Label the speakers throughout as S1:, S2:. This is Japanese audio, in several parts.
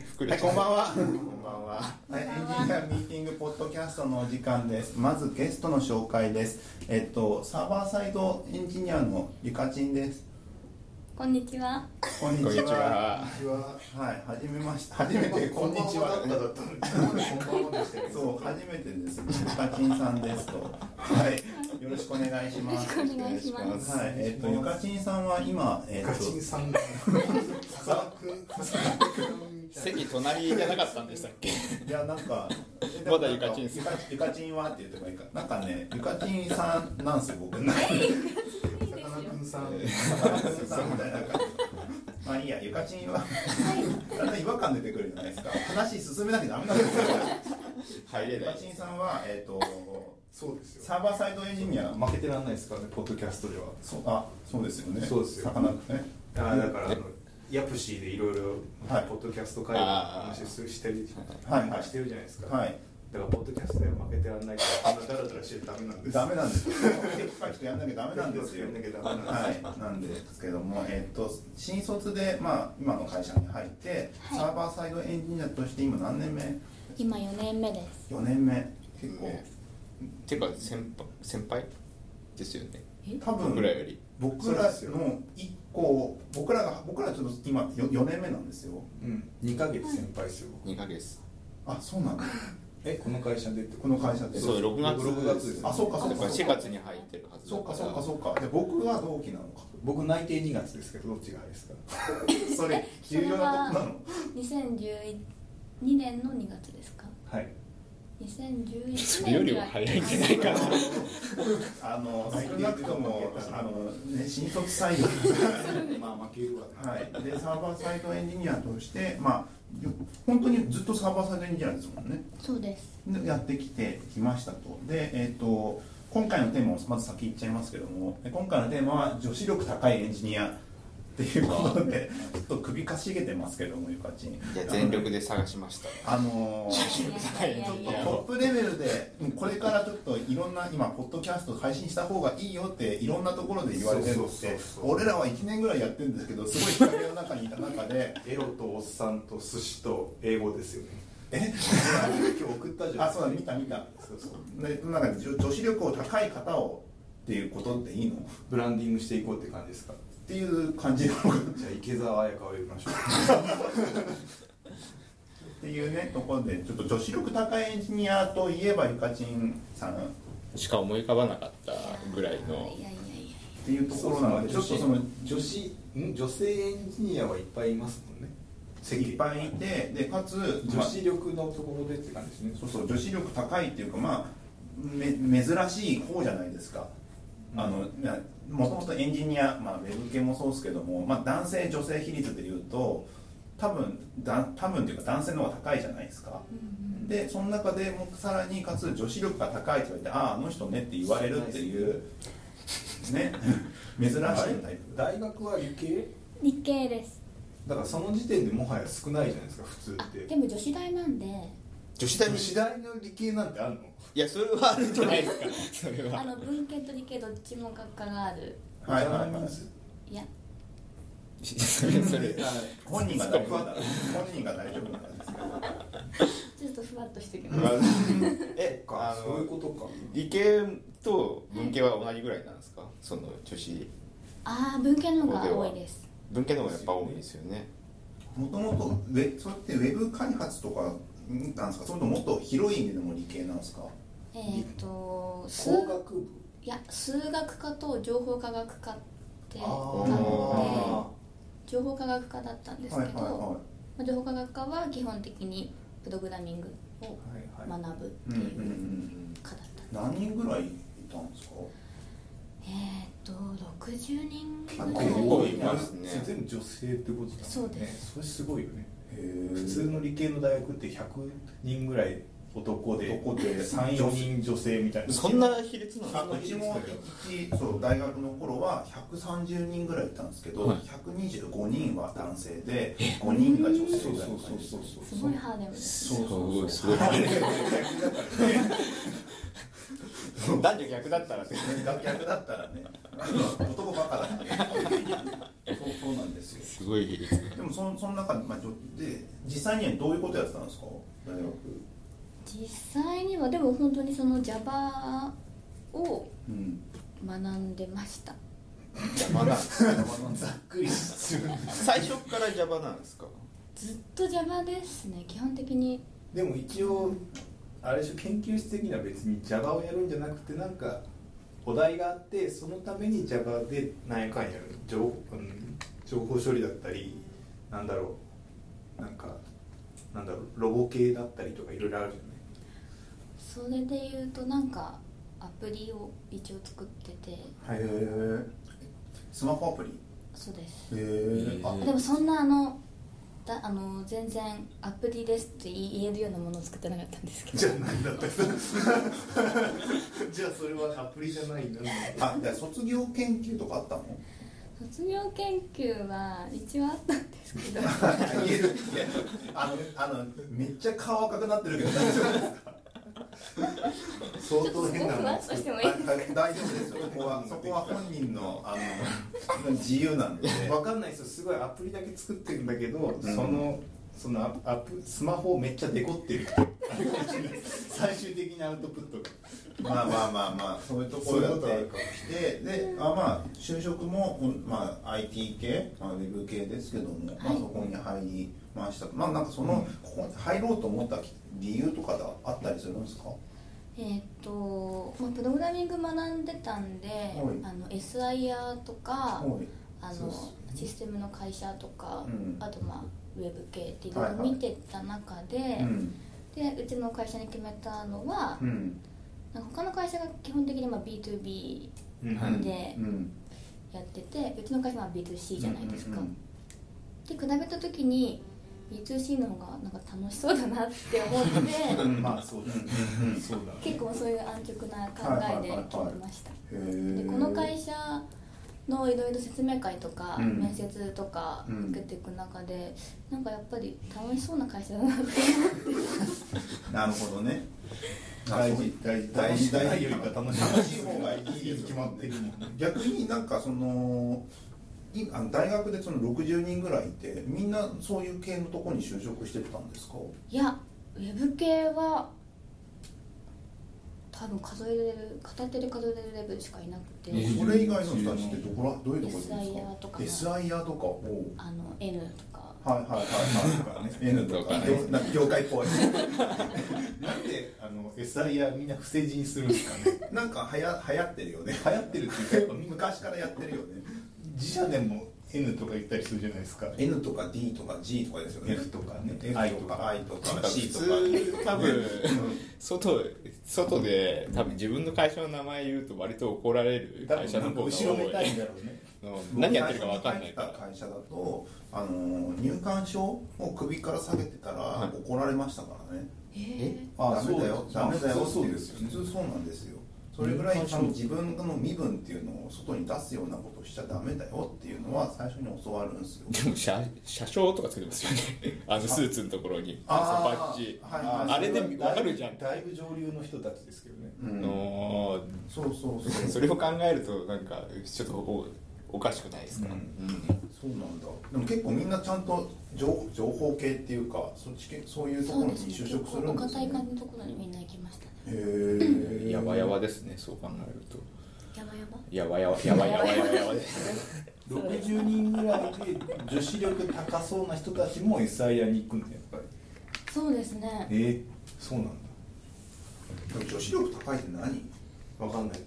S1: 作る
S2: はい、こんばんは。は
S3: こんばんは。
S2: い、エンジニアミーティングポッドキャストのお時間です。まずゲストの紹介です。えっと、サーバーサイドエンジニアのゆかちんです。
S4: こんにちは。
S2: こんに
S1: こんにち
S2: ちは。
S1: は
S3: こんにちは。
S2: はい、初めまして。初めて、こんにちは。
S3: だったのに。こんばんはでしたよ
S2: そう、初めてです。ゆかちんさんですと。はい、よろしくお願いします。
S4: よろしくお願いします
S1: は
S2: はい、えっと、ゆかちんさんは今、えっ
S3: ガチン
S2: と、
S3: さんが。佐々木君佐々木君みたいな。
S1: 席隣じゃなかったんでしたっけ
S2: いや、なんか。え
S1: まだゆかちんさ
S2: ゆかゆかちんはって言ってもいいか。なんかね、ゆかちんさんなんすよ、僕。なんか
S3: さかなクンさん。
S2: みたいな感じ。まあいいや、ゆかちんは、だんだん違和感出てくるじゃないですか。話進めなきゃダメなんですよ。
S1: 入れ
S2: ゆ
S1: な
S2: か
S1: い
S2: ちんさんは、えっ、と、
S3: そうですよ。
S2: サーバーサイドエンジニア、
S5: 負けてらんないですからね、ポッドキャストでは。
S2: そうあ、そうですよね。
S5: そうですよ
S2: 魚ね。
S5: あだからあの、ヤプシーでいろいろ
S2: はい、
S5: ポッドキャスト会話の話するしてる、
S2: はいはい
S5: してるじゃないですか。
S2: はい。
S5: だから、ポッドキャストでは負けてらんないから、あんなダラダラしてるダメなんです。
S2: ダメなんですよ。適化してやんなきゃダメなんですよ。
S5: やんなきゃダメなんです
S2: はい、なんですけども、えっと新卒でまあ今の会社に入って、
S4: はい
S2: サーバーサイドエンジニアとして今何年目？
S4: 今4年目です。
S2: 四年目。結構。
S1: てか先輩先輩ですよね
S2: 多分
S1: 僕らより
S2: 僕らの一個僕らが僕らちょっと今よ四年目なんですよ。
S5: うん、2ヶ月先輩ですよ。
S1: 2ヶ月
S2: あ、そうなんだ。
S5: え、この会社でって
S2: この会社で。
S1: そう6月
S5: 6月です、
S2: あ、そうか
S1: だ
S2: そ
S1: か
S2: う
S1: ら
S2: か。
S1: 4月に入ってるはず
S2: そうかそうかそううか。で僕は同期なのか。
S5: 僕内定2月ですけど、どっちがですか
S2: それ重要なとこなの。
S4: 2012年の2月ですか
S5: はい。
S4: 2011
S1: それ
S4: 年
S1: よ
S4: に
S1: り
S4: は
S1: は早いんじゃないかな
S2: あの少なくともあのね新卒採用。
S3: まあ負けるわ。
S2: はい、でサーバーサイドエンジニアとして、まあ、よ本当にずっとサーバーサイドエンジニアですもんね
S4: そうです
S2: でやってきてきましたとで、えー、と今回のテーマをまず先言っちゃいますけどもで今回のテーマは女子力高いエンジニアっていうことでちょっと首かしげてますけどもゆかちん
S1: いや全力で探しました
S2: あのー
S1: 高いね
S4: い
S2: ト
S4: やいやいや
S2: ップレベルでうんこれからちょっといろんな今ポッドキャスト配信した方がいいよっていろんなところで言われてるのっ
S5: そうそ
S2: て
S5: うそうそう
S2: 俺らは1年ぐらいやってるんですけどすごい光の中にいた中で
S5: エロとおっさんと寿司と英語ですよね。
S2: え
S5: 今日送ったじゃん。
S2: あそうだ見た見た
S5: そうそう。
S2: でなんか女女子力を高い方をっていうことっていいのっ
S5: ブランディングしていこうって感じですか。
S2: ていう感じなのかなっ
S5: じゃあ池澤彩香を呼びましょう。
S2: ていうねところでちょっと女子力高いエンジニアといえばゆかちんさんっ
S1: しか思い浮かばなかったぐらいの
S4: いやいやいや
S2: ていうところなのでちょっとその
S5: 女子ん女性エンジニアはいっぱいいますもんね
S2: いっぱいいてでかつ
S5: 女
S2: まあ
S5: 子力のところでって感じですね
S2: そうそう女子力高いっていうかまあめ珍しい方じゃないですか。あのなもともとエンジニア、まあ、ウェブ系もそうですけども、まあ、男性女性比率でいうと多分だ多分っていうか男性の方が高いじゃないですか、でその中でもさらにかつ女子力が高いって言われてあああの人ねって言われるっていうね珍しいタ
S5: あれ
S2: イプ
S5: 大学は理系
S4: 理系です
S5: だからその時点でもはや少ないじゃないですか普通って
S4: でも女子大なんで
S1: 女子大
S5: 女
S1: に
S5: 子大の理系なんてあるの
S1: いやそれはあるんじゃないですかそれ
S4: あ
S1: は
S4: の文系と理系どっちも学科がある
S2: はいはいはい
S5: ジャーナリズム
S4: いや
S1: そ れそれ
S2: 本人が大丈夫なら本人が大丈夫ならですけど
S4: ちょっとふわっとしてき
S1: ま
S4: ま
S1: あ
S4: す
S1: え
S5: か
S1: あの
S5: そういうことか
S1: 理系と文系は同じぐらいなんですかその女子
S4: ああ文系の方が多いです
S1: 文系の方がやっぱ多いですよね
S2: もともとウェそうやってウェブ開発とかんなんですかそれとももっと広い意味でも理系なんですか
S4: えーっと数
S5: 工学部
S4: いや数学科と情報科学科って
S5: あ
S4: あ
S5: あ
S4: 情報科学科だったんですけど、まあ情報科学科は基本的にプログラミングを
S5: はいはい
S4: 学ぶっ
S2: うん
S4: て
S2: うん
S4: いううん科だった、
S2: 何人ぐらいいたんですか
S4: えーっと60人ぐら
S2: あ
S4: い
S2: 結構い
S1: ますね
S5: 全部女性ってことだもんね
S4: そうです
S5: それすごいよね
S2: 普
S5: 普通の理系の大学って100人ぐらい男で
S2: 男で
S5: 34人女性みたいな
S1: そんな比率なんです
S2: あ
S1: か
S2: うちも一時そう大学の頃は130人ぐらいいたんですけど、
S1: はい
S2: 125人は男性で5人が女性
S5: そう
S2: ぐ
S5: そうそうそうそう
S2: らいの感じ
S4: すごいハーレムです
S1: す ごいすごい
S2: だからね
S1: 男女逆だったらって
S2: 楽逆だったらね男バカだってそうそうなんですよ
S1: すごい比率
S2: でもそんその中で,、まあ、ちょで実際にはどういうことやってたんですか大学
S4: 実際にはでも本当にその Java を
S2: うん
S4: 学んでました
S1: まだ
S2: ざっくりする
S1: 最初から Java なんですか
S4: ずっと Java ですね基本的に
S5: でも一応あれでしょ研究室的には別に Java をやるんじゃなくてなんかお題があってそのために Java で何やかんやる情,、うん、情報処理だったりなんだろうなんかなんだろうロボ系だったりとかいろいろあるじ
S4: それでいうとなんかアプリを一応作ってて
S5: ゃない
S2: へえ スマホアプリ
S4: そうです
S2: へえあ
S4: でもそんなあのだあの全然アプリですって言えるようなものを作ってなかったんですけど
S5: じゃあ何だった じゃあそれはアプリじゃないんだ
S2: あじゃあ卒業研究とかあったの
S4: 卒業研究は一応あったんですけど
S2: いやいやあのあのめっちゃ顔赤くなってるけど大丈夫ですか
S5: 相当変な
S4: ちょっとふわ
S5: の
S4: っとしてもいいですか
S2: 大大丈夫ですよそこはそこは本人のあの自由なんで
S5: わかんない人すごいアプリだけ作ってるんだけど、
S2: ん
S5: そのそのアアプスマホめっちゃデコってる最終的にアウトプットが
S2: まあまあまあまあそういうところやってきてであまあ就職も、うんまあ、IT 系、まあ、ウェブ系ですけども、まあ、
S4: はい
S2: そこに入りましたまあなんかその、ここに入ろうと思った理由とかがあったりするんですか
S4: えっと、まあ、プログラミング学んでたんで、あの SIR とか、
S2: はい
S4: あ
S2: そう
S4: の
S2: そ
S4: システムの会社とか、
S2: うん
S4: あとまあウェブ系っていうのを見てた中で、
S2: うん
S4: でうちの会社に決めたのは、
S2: うん
S4: なんか他の会社が基本的にまあ B2B
S2: うん
S4: で
S2: うん
S4: やっててうちの会社は B2C じゃないですか、
S2: うん
S4: で比べた時に B2C の方がなんか楽しそうだなって思って
S2: うん
S5: まあそうだ、
S2: うんうん
S5: そうだ
S4: 結構そういう安直な考えで決めました、
S2: うんへえ
S4: でこの会社のいろいろ説明会とか、
S2: うん
S4: 面接とか
S2: うん
S4: 受けていく中で、なんかやっぱり楽しそうな会社だなって
S2: なるほどね
S5: 大事大事
S2: 大
S5: 大
S2: 事
S5: 事
S2: 大事
S5: ないよりか楽しい
S2: 楽しい方がいい
S5: に決まってるもん
S2: 逆になんかそのいあの大学でその60人ぐらいいてみんなそういう系のとこに就職してたんですか
S4: いやウェブ系は多分数えれる片手で数えれるレベルしかいなくて、
S1: えー
S2: それ以外の人たちってどこらどういうところですか
S4: SIR とか
S2: SIR とかおう
S4: あの N とか
S2: はいはいはいはい N とかね
S1: とかね
S2: なんか業界っぽい
S5: なんであの SIR みんな不正字にするんですかね
S2: なんかはや流行ってるよね
S5: 流行ってるっていうかやっぱみんな
S2: 昔からやってるよね
S5: 自社でも N とか言ったりするじゃないですか
S2: N とか D とか G とかですよね
S5: F とかね
S2: F
S5: I
S2: と
S5: と
S2: か
S5: か
S2: I と
S1: なん
S2: か
S1: か
S2: C
S1: 普
S2: とか
S1: 通多分
S2: うん
S1: 外外で多分自分の会社の名前言うと割と怒られる会社の方が多い
S5: 後ろめたいんだろうね
S1: うん何やってるか分かんないか
S2: 僕が入った会社だとあのー入管証を首から下げてたら
S1: はい
S2: 怒られましたからね、
S4: えー
S2: ダメだよダメだよって
S5: そう
S2: いう
S5: ですよね
S2: 普通そうなんですよそれぐらい
S1: 入管証
S2: 多分自分の身分っていうのを外に出すようなことしちゃダメだよっていうのは最初に教わるんですよ
S1: でも車車掌とかつけてますよ ねあのスーツのところにあのバッジ
S2: はい
S5: あ
S2: はい
S1: あれで分かるじゃん
S5: だいぶ上流の人たちですけどね
S2: うん
S1: の
S2: そうそうそう
S1: それを考えるとなんかちょっとおおかしくないですか、
S2: うん
S1: うん
S2: そうなんだでも結構みんなちゃんと情情報系っていうかそっち系そういうところに就職するんです
S4: 結構お堅
S2: ね
S4: い感じのところにみんな行きましたね
S2: へー
S1: やばやばですねそう考えると
S4: やばやば
S1: やばやばやばやばやばやばです
S5: 60人ぐらいで女子力高そうな人たちも SIR に行くんだやっぱり
S4: そうですね
S5: えーそうなんだ
S2: でも女子力高いって何
S5: わかんない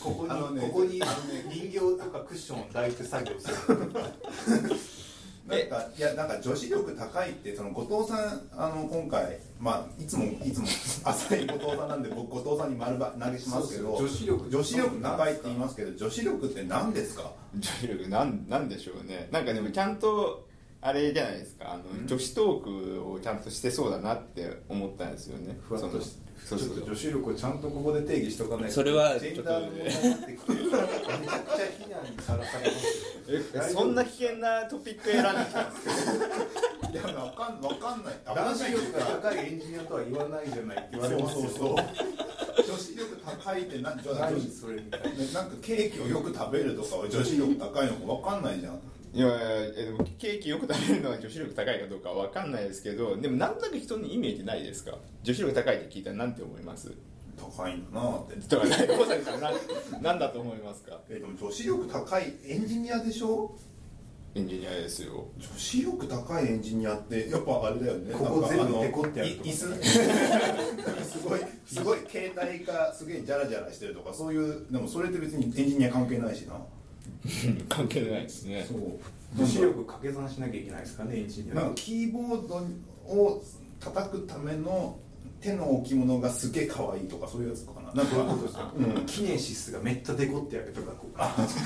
S5: ここに
S2: あのね
S5: ここにあのね人形とかクッションを抱いて作業する
S2: なんかいやなんか女子力高いってその後藤さんあの今回まあいつもいつも浅い後藤さんなんで僕後藤さんに丸ば投げしますけど
S5: そうですよ女子力
S2: 女子力高いって言いますけど女子力って何ですか
S1: 女子力なんなんでしょうねなんかでもちゃんとあれじゃないですかあの女子トークをちゃんとしてそうだなって思ったんですよね
S5: ふわっとしち
S1: そ
S5: ょ
S1: のそ
S5: っ
S1: う
S5: と
S1: そう
S5: 女子力をちゃんとここで定義しとかないと
S1: それは
S5: ジェン
S1: ちょっと
S5: ダーの問題になってきてめちゃくちゃ非難にさらされますよ
S1: えそんな危険なトピック選んできたんですか
S2: いやわかんわかんない
S5: 男子力が高いエンジニアとは言わないじゃないって言われますよ
S2: そうそうそう女子力高いってなじゃあ女
S5: 何
S2: 子
S5: それみたいな
S2: ねなんかケーキをよく食べるとかは女子力高いのか分かんないじゃん
S1: いやいやいやでもケーキよく食べるのは女子力高いかどうかわかんないですけどでもなんとなく人にイメージないですか女子力高いって聞いたらなんて思い ます
S2: 高いんだなーって
S1: とかね 小崎さんなんなんだと思いますか
S2: えでも女子力高いエンジニアでしょ
S1: エンジニアですよ
S2: 女子力高いエンジニアってやっぱあれだよね
S5: ここ
S2: なんか
S5: 全部
S2: あの
S5: デコってやる
S2: い
S5: とこ
S2: 椅子 すごいすごい携帯がすげえジャラジャラしてるとかそういうでもそれって別にエンジニア関係ないしな
S1: うん関係ないですね
S2: そう
S5: 女子力掛け算しなきゃいけないですかねエンジニア
S2: なんかキーボードを叩くための手の置物がすげえ可愛いとかそういうやつかななんか、うん、
S5: キネシスがめっちゃデコってやるとかこう
S2: そ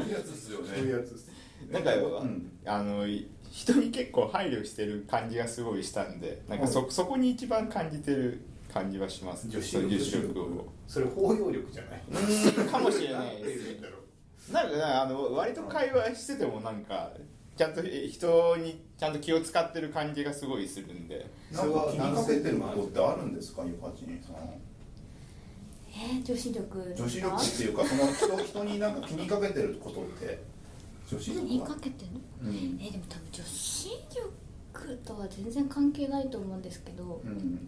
S2: ういうやつですよね
S5: そういうやつです
S1: なんか、
S2: うん
S1: あのい人に結構配慮してる感じがすごいしたんでなんかそ,、そこに一番感じてる感じはします
S5: 女子
S1: そう
S5: 力
S1: 女子力を
S5: それ包容力じゃない
S1: うんかもしれ
S5: な
S1: なんい
S5: て
S1: で
S5: 言
S1: す
S5: うんだろう
S1: なんかねあの割と会話しててもなんかちゃんとえ人にちゃんと気を使ってる感じがすごいするんで
S2: なんか気にかけてることってあるんですかゆかちんさん
S4: えー、女子力
S2: 女子力っていうかその人人になんか気にかけてることって女子
S4: 気
S2: 力
S4: に
S2: は
S4: かけてんの
S2: うん
S4: えーでも多分女子力とは全然関係ないと思うんですけど
S2: うん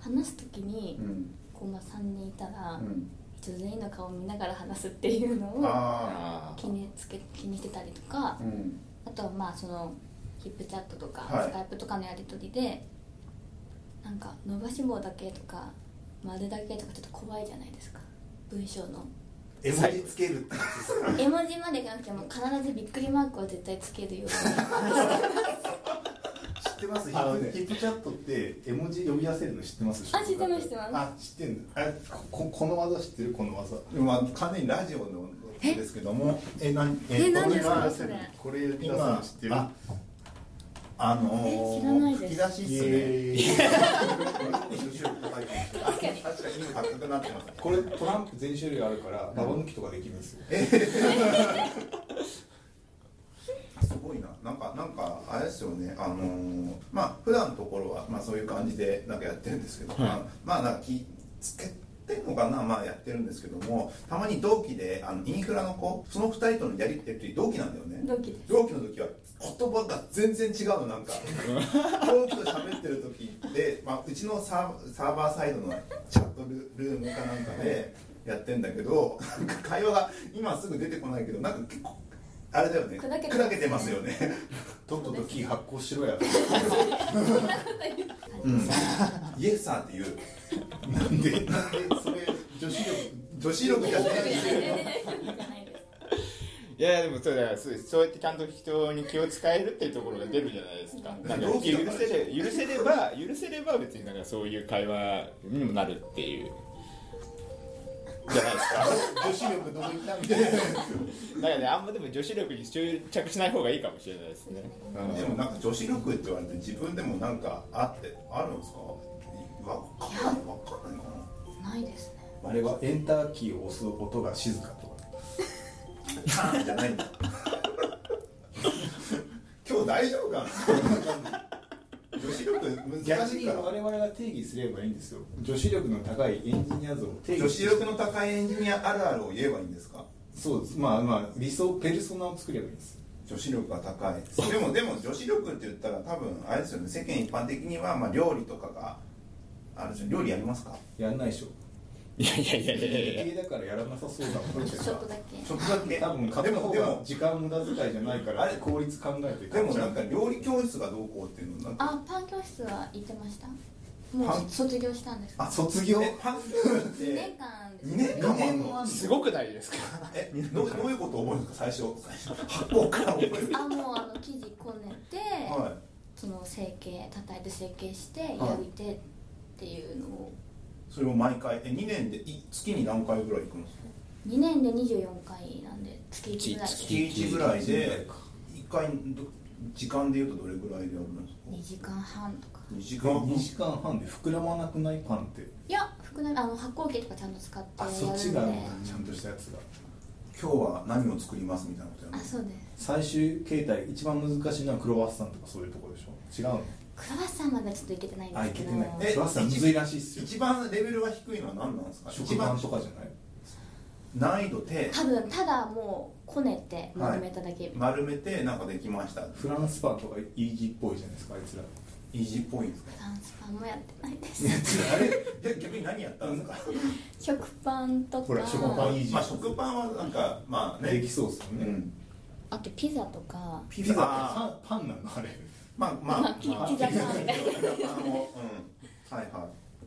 S4: 話す時に
S2: うん
S4: こうまあ3人いたら、
S2: うん
S4: 一応全員の顔を見ながら話すっていうのを
S2: あ
S1: あ
S4: 気につけ気にしてたりと
S2: あ
S4: か
S2: うん
S4: あとはまあそのヒップチャットとか、
S2: はい
S4: スカイプとかのやり取りでなんか伸ばし棒だけとか丸だけとかちょっと怖いじゃないですか文章の
S5: 絵文字つけるってやつですか
S4: 絵文字までじゃなくても必ずびっくりマークは絶対つけるように
S5: 知ってますヒ
S2: あの
S5: ップヒップチャットって絵文字読み出せるの知ってます
S4: あ知ってます知ってます
S5: あ知ってんだあこここの技知ってるこの技
S2: でもまあ完全にラジオのですけどもえなん
S4: え
S2: っと
S4: 何ですか
S2: 今
S4: それ
S5: これ読み出す
S2: 今
S5: の知ってる
S2: ああのー、
S4: え知らないです
S2: 吹き出しっすね
S5: イエーイ
S4: 確かに
S2: 確かに今高くなってます
S5: これトランプ全種類あるからババ抜きとかできるんです よ
S2: すごいな、なんか、なんか、あれですよね、あのーまあ、普段のところは、まあ、そういう感じで、なんかやってるんですけど、まあ、まあ、なんか、き、つけ。てんのかなまあやってるんですけどもたまに同期であのインフラの子その二人とのやりってる同期なんだよ ね
S4: 同期です
S2: 同期の時は言葉が全然違うのなんか同期と喋ってる時で、まあ、うちのサーサーバーサイドのチャットルルームかなんかでやってんだけどなんか会話が今すぐ出てこないけどなんか結構あれだよね
S4: 砕けてます
S2: 砕けてますよね
S5: とっとと木発行しろや
S2: うん、イエスさんって言うなんでなんでそれ女子力女子力じゃない
S1: いやいやでもそうだからそうそうやってちゃんと人に気を使えるっていうところが出るじゃないですかなんか
S2: 同
S1: 許
S2: 期
S1: せ
S2: だから
S1: れ許せれば許せれば別になんかそういう会話にもなるっていうじゃないですか
S2: 女子力どこ行ったみたい
S1: だからねあんまでも女子力に執着しない方がいいかもしれないですね、
S2: なでもなんか女子力って言われて自分でもなんかあってあるんですかわかんないわかんないか
S4: ないですね
S5: あれはエンターキーを押す音が静かとか
S2: なパーンじゃない んだ今日大丈夫かな女子力難
S5: 逆
S2: し
S5: に
S2: いか
S5: 我
S2: ら
S5: 々が定義すればいいんですよ女子力の高いエンジニア像を定
S2: 女
S5: 義
S2: 子
S5: し
S2: 力の高いエンジニアあるあるを言えばいいんですか
S5: そうですまあまあ理想ペルソナを作ればいいんです
S2: 女子力が高いでもでも女子力って言ったら多分あれですよね世間一般的にはまあ料理とかがあるですよね料理やりますか
S5: やんないでしょ
S1: いやいやいやいやいや
S5: 理系だからやらなさそうだもん
S4: ちょっとだけ
S2: ちょっとだけ
S5: 多分買
S2: で
S5: った方
S2: もで
S5: が
S2: も
S5: 時間無駄遣いじゃないから
S2: あれ
S5: 効率考えて
S2: で
S5: 買っ
S2: も
S5: ちゃ
S2: な
S5: うん
S2: か料理教室がどうこうっていうのなんか
S4: あパン教室は行ってましたも
S2: パ
S4: う
S2: ン
S4: 卒業したんです
S2: あ
S5: 卒業
S2: えパン教室っ
S4: 2
S2: て
S4: 年間です
S2: 2年間もあんの
S1: すごくないですか
S2: えどうどういうことを覚えるんですか最初発酵から覚える
S4: あもうあの生地こねて、
S2: は
S4: その成形叩いて成形して
S2: はい
S4: 焼いてっていうのを
S2: いそれを毎回え2年でい月に何回ぐらい行くんですか
S4: 2年で24回なんで月1ぐらい
S1: 月
S4: で
S2: 月1ぐらいで1回ど時間でいうとどれぐらいでやるんですか
S4: 2時間半とか
S2: 2時間
S5: 2時間半で膨らまなくないパンって
S4: いや福並あの発酵機とかちゃんと使って
S5: あ
S4: やるんで
S5: そっちがあるんだちゃんとしたやつが
S2: 今日は何を作りますみたいなことや
S4: あ
S2: る
S4: そうです
S5: 最終形態一番難しいのはクロワッサンとかそういうところでしょ違うの
S4: クロワッサンまではちょっといけてないんで
S5: あい
S4: すけ
S5: け
S4: ど
S5: てない
S2: え
S5: クロワッサンむずいらしいっすよ
S2: 一番レベルが低いのは何なんですか
S5: 食パンとかじゃ
S2: 一
S5: ない
S2: 番難易度低
S4: 多分ただもうこねて丸めただけ、
S2: 丸めてなんかできました
S5: フランスパンとかイージーっぽいじゃないですかあいつら
S2: イージーっぽいんですか
S4: フランスパンもやってないです
S2: あれで逆に何やったんですか
S4: 食パンと
S5: ほ
S4: から
S5: 食パンイージー
S2: まあ食パンはなんかまあ
S5: で
S2: ね
S5: きそうっすよ
S2: う
S5: ね、
S2: ん
S4: あとピザとか
S5: ピザって
S2: あ
S5: パンパンなのあれ
S2: まあまあ
S4: まあピ
S2: まあ
S4: ピザパン
S2: ピザパンをうんはいは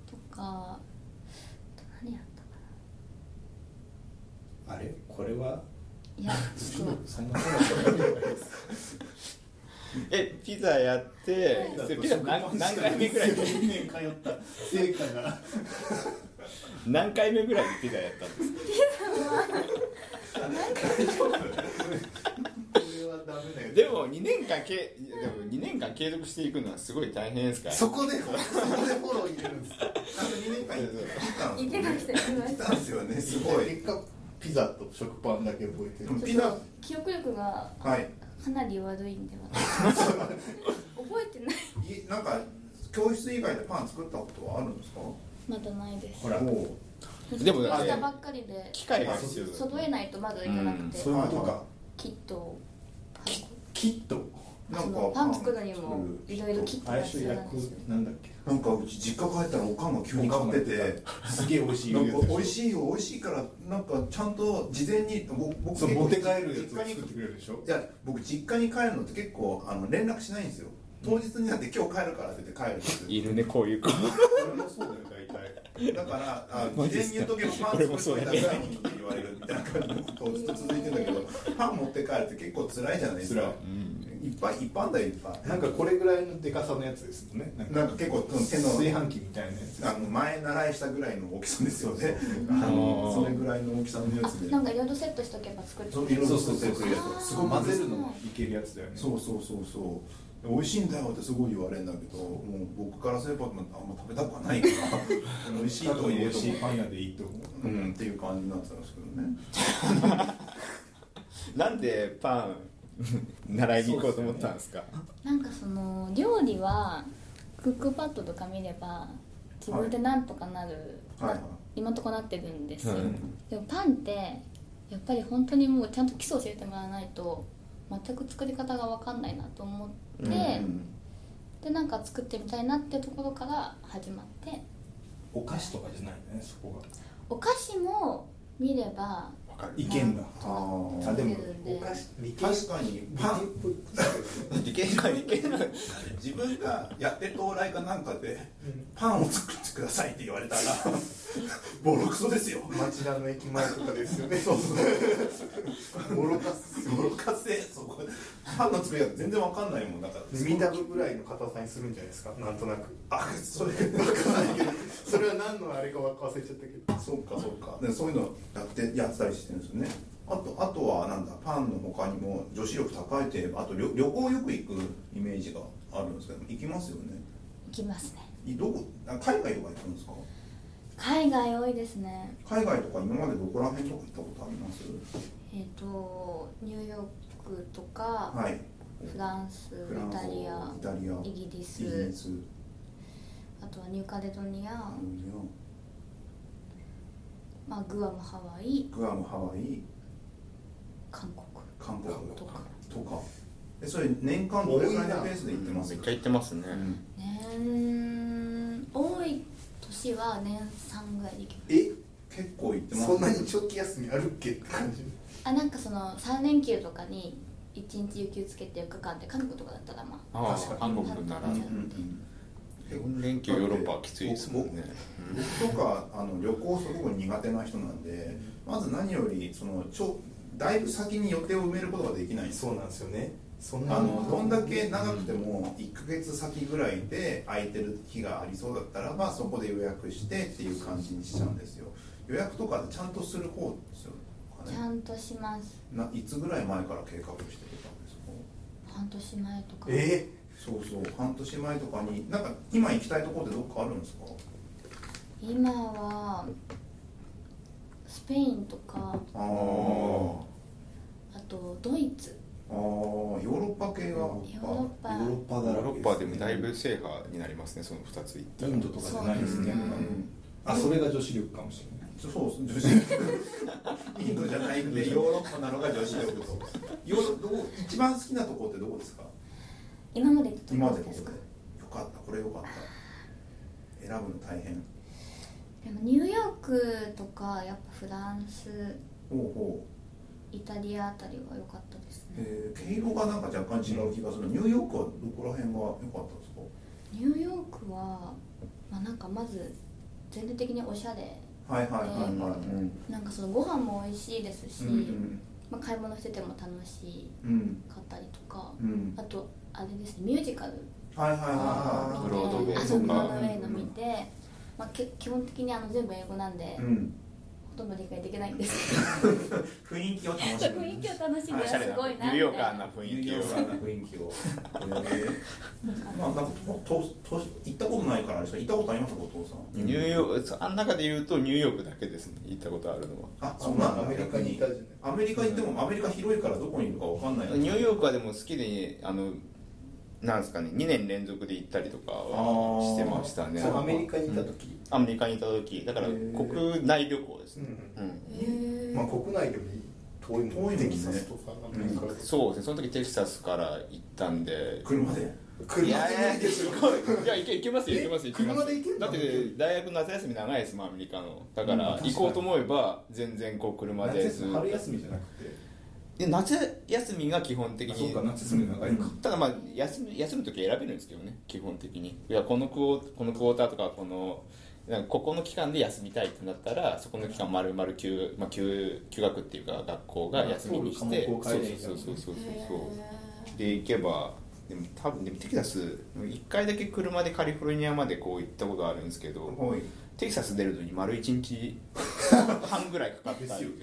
S4: とかあと何やったか
S5: あれこれはい
S4: やち
S5: ち
S4: ょ
S5: ょ
S4: っ
S5: っ
S4: と
S5: とそんなことない
S1: えピザやってそれピザ何何回目ぐらいで
S5: 年通った成果が
S1: 何回目ぐらいでピザやったんですか
S5: これはダメだよ
S1: でも2年間けでも2年間継続していくのはすごい大変ですから
S3: そこでそこでフォロー入れるん ですか
S2: いあと2年間
S4: 行けました行けま
S2: 行っ
S4: した
S2: たんですよねすごい
S5: 結果ピザと食パンだけ覚えてる
S2: ピザ
S4: 記憶力が
S2: はい
S4: かなり悪いんで私覚えてない
S2: いなんか教室以外でパン作ったことはあるんですか
S4: まだないです
S5: ほらもう
S1: でもだっ
S4: 来
S1: て
S4: たばっかりで
S1: 機械が必要だ
S4: 揃えないとまだいかなくて、
S5: そういうことか
S4: キットを
S5: キット
S2: なんか
S4: パン作るのにも
S2: 作る
S4: いろいろキットが
S5: 最初
S4: 必要なん
S5: 焼く
S4: ですよ
S5: なんだっけ
S2: なんかうち実家帰ったらおかんが急に買ってて
S5: すげえ美味しい
S2: なんか美味
S5: い
S2: しいよ美味しいからなんかちゃんと事前にぼ僕
S5: そう
S2: 結構
S5: 持って帰るやつ
S2: 実
S5: を
S2: 家に
S5: 作ってくれるでしょ
S2: いや僕実家に帰るのって結構あの連絡しないんですよ当日になって今日帰るからって言って帰るんですよ
S1: いるねこういう子
S5: 俺もそうだよ大体
S2: だから あ
S1: マ
S2: 事
S1: ジっ
S2: 前
S1: すか
S2: に言うとけばパン作ってくれたらいにって言われるみたいな感じで僕とずっと続いてんだ けどパン持って帰るって結構辛いじゃないですか
S5: 辛い
S2: いっぱいいっぱいあんだよいっぱい
S5: なんかこれぐらいのデカさのやつですもんねなん
S2: なんか結構うん手の
S5: 炊飯器みたいなやつ
S2: あの前習いしたぐらいの大きさですよね。あのそれぐらいの大きさのやつ
S4: あ
S2: で。
S4: なんかいろいろセットしとけば作れ
S2: そう
S4: る
S2: いろいろ
S5: そうそうそう
S2: 作るやつ
S5: すごい混ぜるのもいけるやつだよね
S2: そうそうそうそう。美味しいんだよってすごい言われるんだけど、もう僕からすればあんま食べたくはないから美味しい
S5: あ
S2: と
S5: と美
S2: 言え
S5: 味
S2: ど
S5: しい
S2: も
S5: パン屋でいいと思う
S2: うんっていう感じになってたんですけどね。
S1: なんでパン習いに行こうと思ったんですか
S4: なんかその料理はクックパッドとか見れば自分でなんとかなる、
S2: はいはい。
S4: 今んとこなってるんですよ、
S1: うん
S4: でもパンってやっぱり本当にもうちゃんと基礎教えてもらわないと全く作り方が分かんないなと思って、
S1: うん
S4: でなんか作ってみたいなってところから始まって
S5: お菓子とかじゃないねそこ
S4: お菓子も見れば
S5: がわかるいけんだ
S2: あー
S5: あでも
S4: お菓
S5: 子理系
S2: 確かにパ ン
S1: 理系の理系の
S2: 自分がやって到来かなんかでパンを作ってくださいって言われたら ボロクソですよ。
S3: 町田の駅前とかですよね
S2: そうそう。
S3: 愚かす
S2: ボロカスでそこパンの作り方全然わかんないもんだから
S3: 耳たぶぐらいの硬さにするんじゃないですかなんとなく
S2: あそれ
S3: それは何のあれか忘れちゃったけど
S2: そうかそうかでそういうのやってやってたりしてるんですよねあとあとはなんだパンの他にも女子力高いといえばあと旅旅行よく行くイメージがあるんですけど行きますよね
S4: 行きますね
S2: いどこあ海外とか行くんですか
S4: 海外多いですね
S2: 海外とか今までどこら辺とか行ったことあります
S4: えっ、とニューヨークとか、
S2: はい
S4: フランス
S2: フラン
S4: イ
S2: ス
S4: タリア
S2: イタリア
S4: イギリス
S2: イギリス
S4: あとはニューカレドニア
S2: あ、の
S4: まあ、グアムハワイ
S2: グアムハワイ
S4: 韓国
S2: 韓国
S4: とか
S2: とかえそれ年間どれぐらいのペースで行ってま
S1: め
S2: す
S1: っちゃ行ってますね
S2: うん
S4: 年多い年は年3ぐらいで行きま
S3: え
S2: 結構行ってます
S3: そんなに長期休みあるっけって感じ
S4: すあなんかその3連休とかに1日有給つけて4日間で韓国とかだったらまあ
S1: ああ
S3: 確かに
S1: 韓国なら
S2: うんうん
S1: 4連休ヨーロッパはきついですもんね
S2: 僕とかあの旅行すごく苦手な人なんでまず何よりそのちょだいぶ先に予定を埋めることができないんですよ
S3: うなんですよねそん
S2: あのどんだけ長くても1ヶ月先ぐらいで空いてる日がありそうだったらばそこで予約してっていう感じにしちゃうんですよ予約とかちゃんとする方ですよ
S4: ちゃんとします
S2: ないつぐらい前から計画してたんですか
S4: 半年前とか
S3: え
S2: そうそう半年前とかになんか今行きたいところってどっかあるんですか
S4: 今はスペインと
S2: ああ
S4: かあとドイツ
S2: ああヨーロッパ系はヨ
S4: ヨーロッパ
S5: ヨーロッパ
S1: ヨ
S5: だら
S1: ー
S5: け
S1: ロ
S5: すね
S1: ッパでもだいぶ制覇になりますねその2ついった
S5: イ
S1: ら
S5: ンドとかじゃないですね
S4: そう
S5: あそれが女子力かもしれない
S2: そうですね女子 インドじゃないんでヨーロッパなのが女子力とヨーロどこ一番好きなとこってどこですか
S4: 今まで行ったと
S2: 今ま
S4: こ
S2: で
S4: ろ
S2: ここ
S4: です
S2: で
S4: か
S2: よかったこれよかった選ぶの大変
S4: でもニューヨークとかやっぱフランス
S2: ほうほ
S4: イタリアあたりは良かったです
S2: う、
S4: ね
S2: えー、毛色がなんか若干違う気がするニューヨークはどこら辺が良かったですか
S4: ニューヨークは、まあ、なんかまず全体的におしゃれ
S2: はいはいはいはい、
S4: なんかそのご飯も美味しいですし、
S2: うん
S4: まあ、買い物してても楽し
S2: うん
S4: かったりとか、
S2: うん
S4: あとあれですねミュージカル
S2: はいはいはい
S5: あ
S4: 見
S1: ブ
S4: て
S1: ロードウェイとか
S4: あそうブロードウェイの見て、まあ、け基本的にあの全部英語なんで、
S2: う
S4: ほ
S2: ん
S4: とんど理解できないんですけど
S2: 雰囲気を楽しむ
S4: 雰囲気を楽しんではすごい
S1: ニュ
S4: な
S1: ー
S4: み
S1: ヨー
S4: た
S1: カー
S4: い
S1: な
S4: な
S1: 雰囲気を
S2: 雰囲気を。まあ、なんか、と、と、行ったことないからあれですけど、行ったことありますか、お父さん。
S1: ニューヨークあん中で言うとニューヨークだけですね行ったことあるのは
S2: あ、そうなんだ。
S5: アメリカにいたじゃない
S2: アメリカ行っても、アメリカ広いから、どこにいるかわかんない。
S1: ニューヨークはでも好きであのなんですかね2年連続で行ったりとかはしてましたね
S5: そのアメリカにいた時
S1: アメリカにいた時だから
S2: へー
S1: 国内旅行です
S5: う
S1: ね、
S5: ん
S1: うん
S4: へー
S5: まあ国内でもいい遠い
S2: 遠い
S5: も
S2: も
S5: ん
S2: んね
S5: テキサスとかなんか行かれて
S1: そうですねその時テキサスから行ったんで
S2: 車で。
S5: 車
S1: い
S5: で
S1: やいやいやすごいいや行け行けますよ
S5: え
S1: 行けます行けます
S5: 車で行けるの
S1: だって大学夏休み長いですもんアメリカのだか
S5: うん
S1: ら
S5: 確かに
S1: 行こうと思えば全然こう車
S5: 夏
S1: で
S5: 休
S1: ず
S5: み
S1: っと
S5: 春休みじゃなくて
S1: で夏休みが基本的
S5: あそう
S1: に
S5: か夏休み長いか
S1: ただまあ休む休む時は選べるんですけどね基本的にいやこのクォーこのクォーターとかこのなんかここの期間で休みたいってなったらそこの期間丸々休,、まあ、休休学っていうか学校が休みにして
S5: まあ
S1: そうそう
S5: そうか
S1: そうそうそう
S4: へー
S1: で行けばでも多分でもテキサス1回だけ車でカリフォルニアまでこう行ったことあるんですけど
S2: はい。
S1: テキサス出るのに丸1日 半ぐらいかかったり
S5: ですよね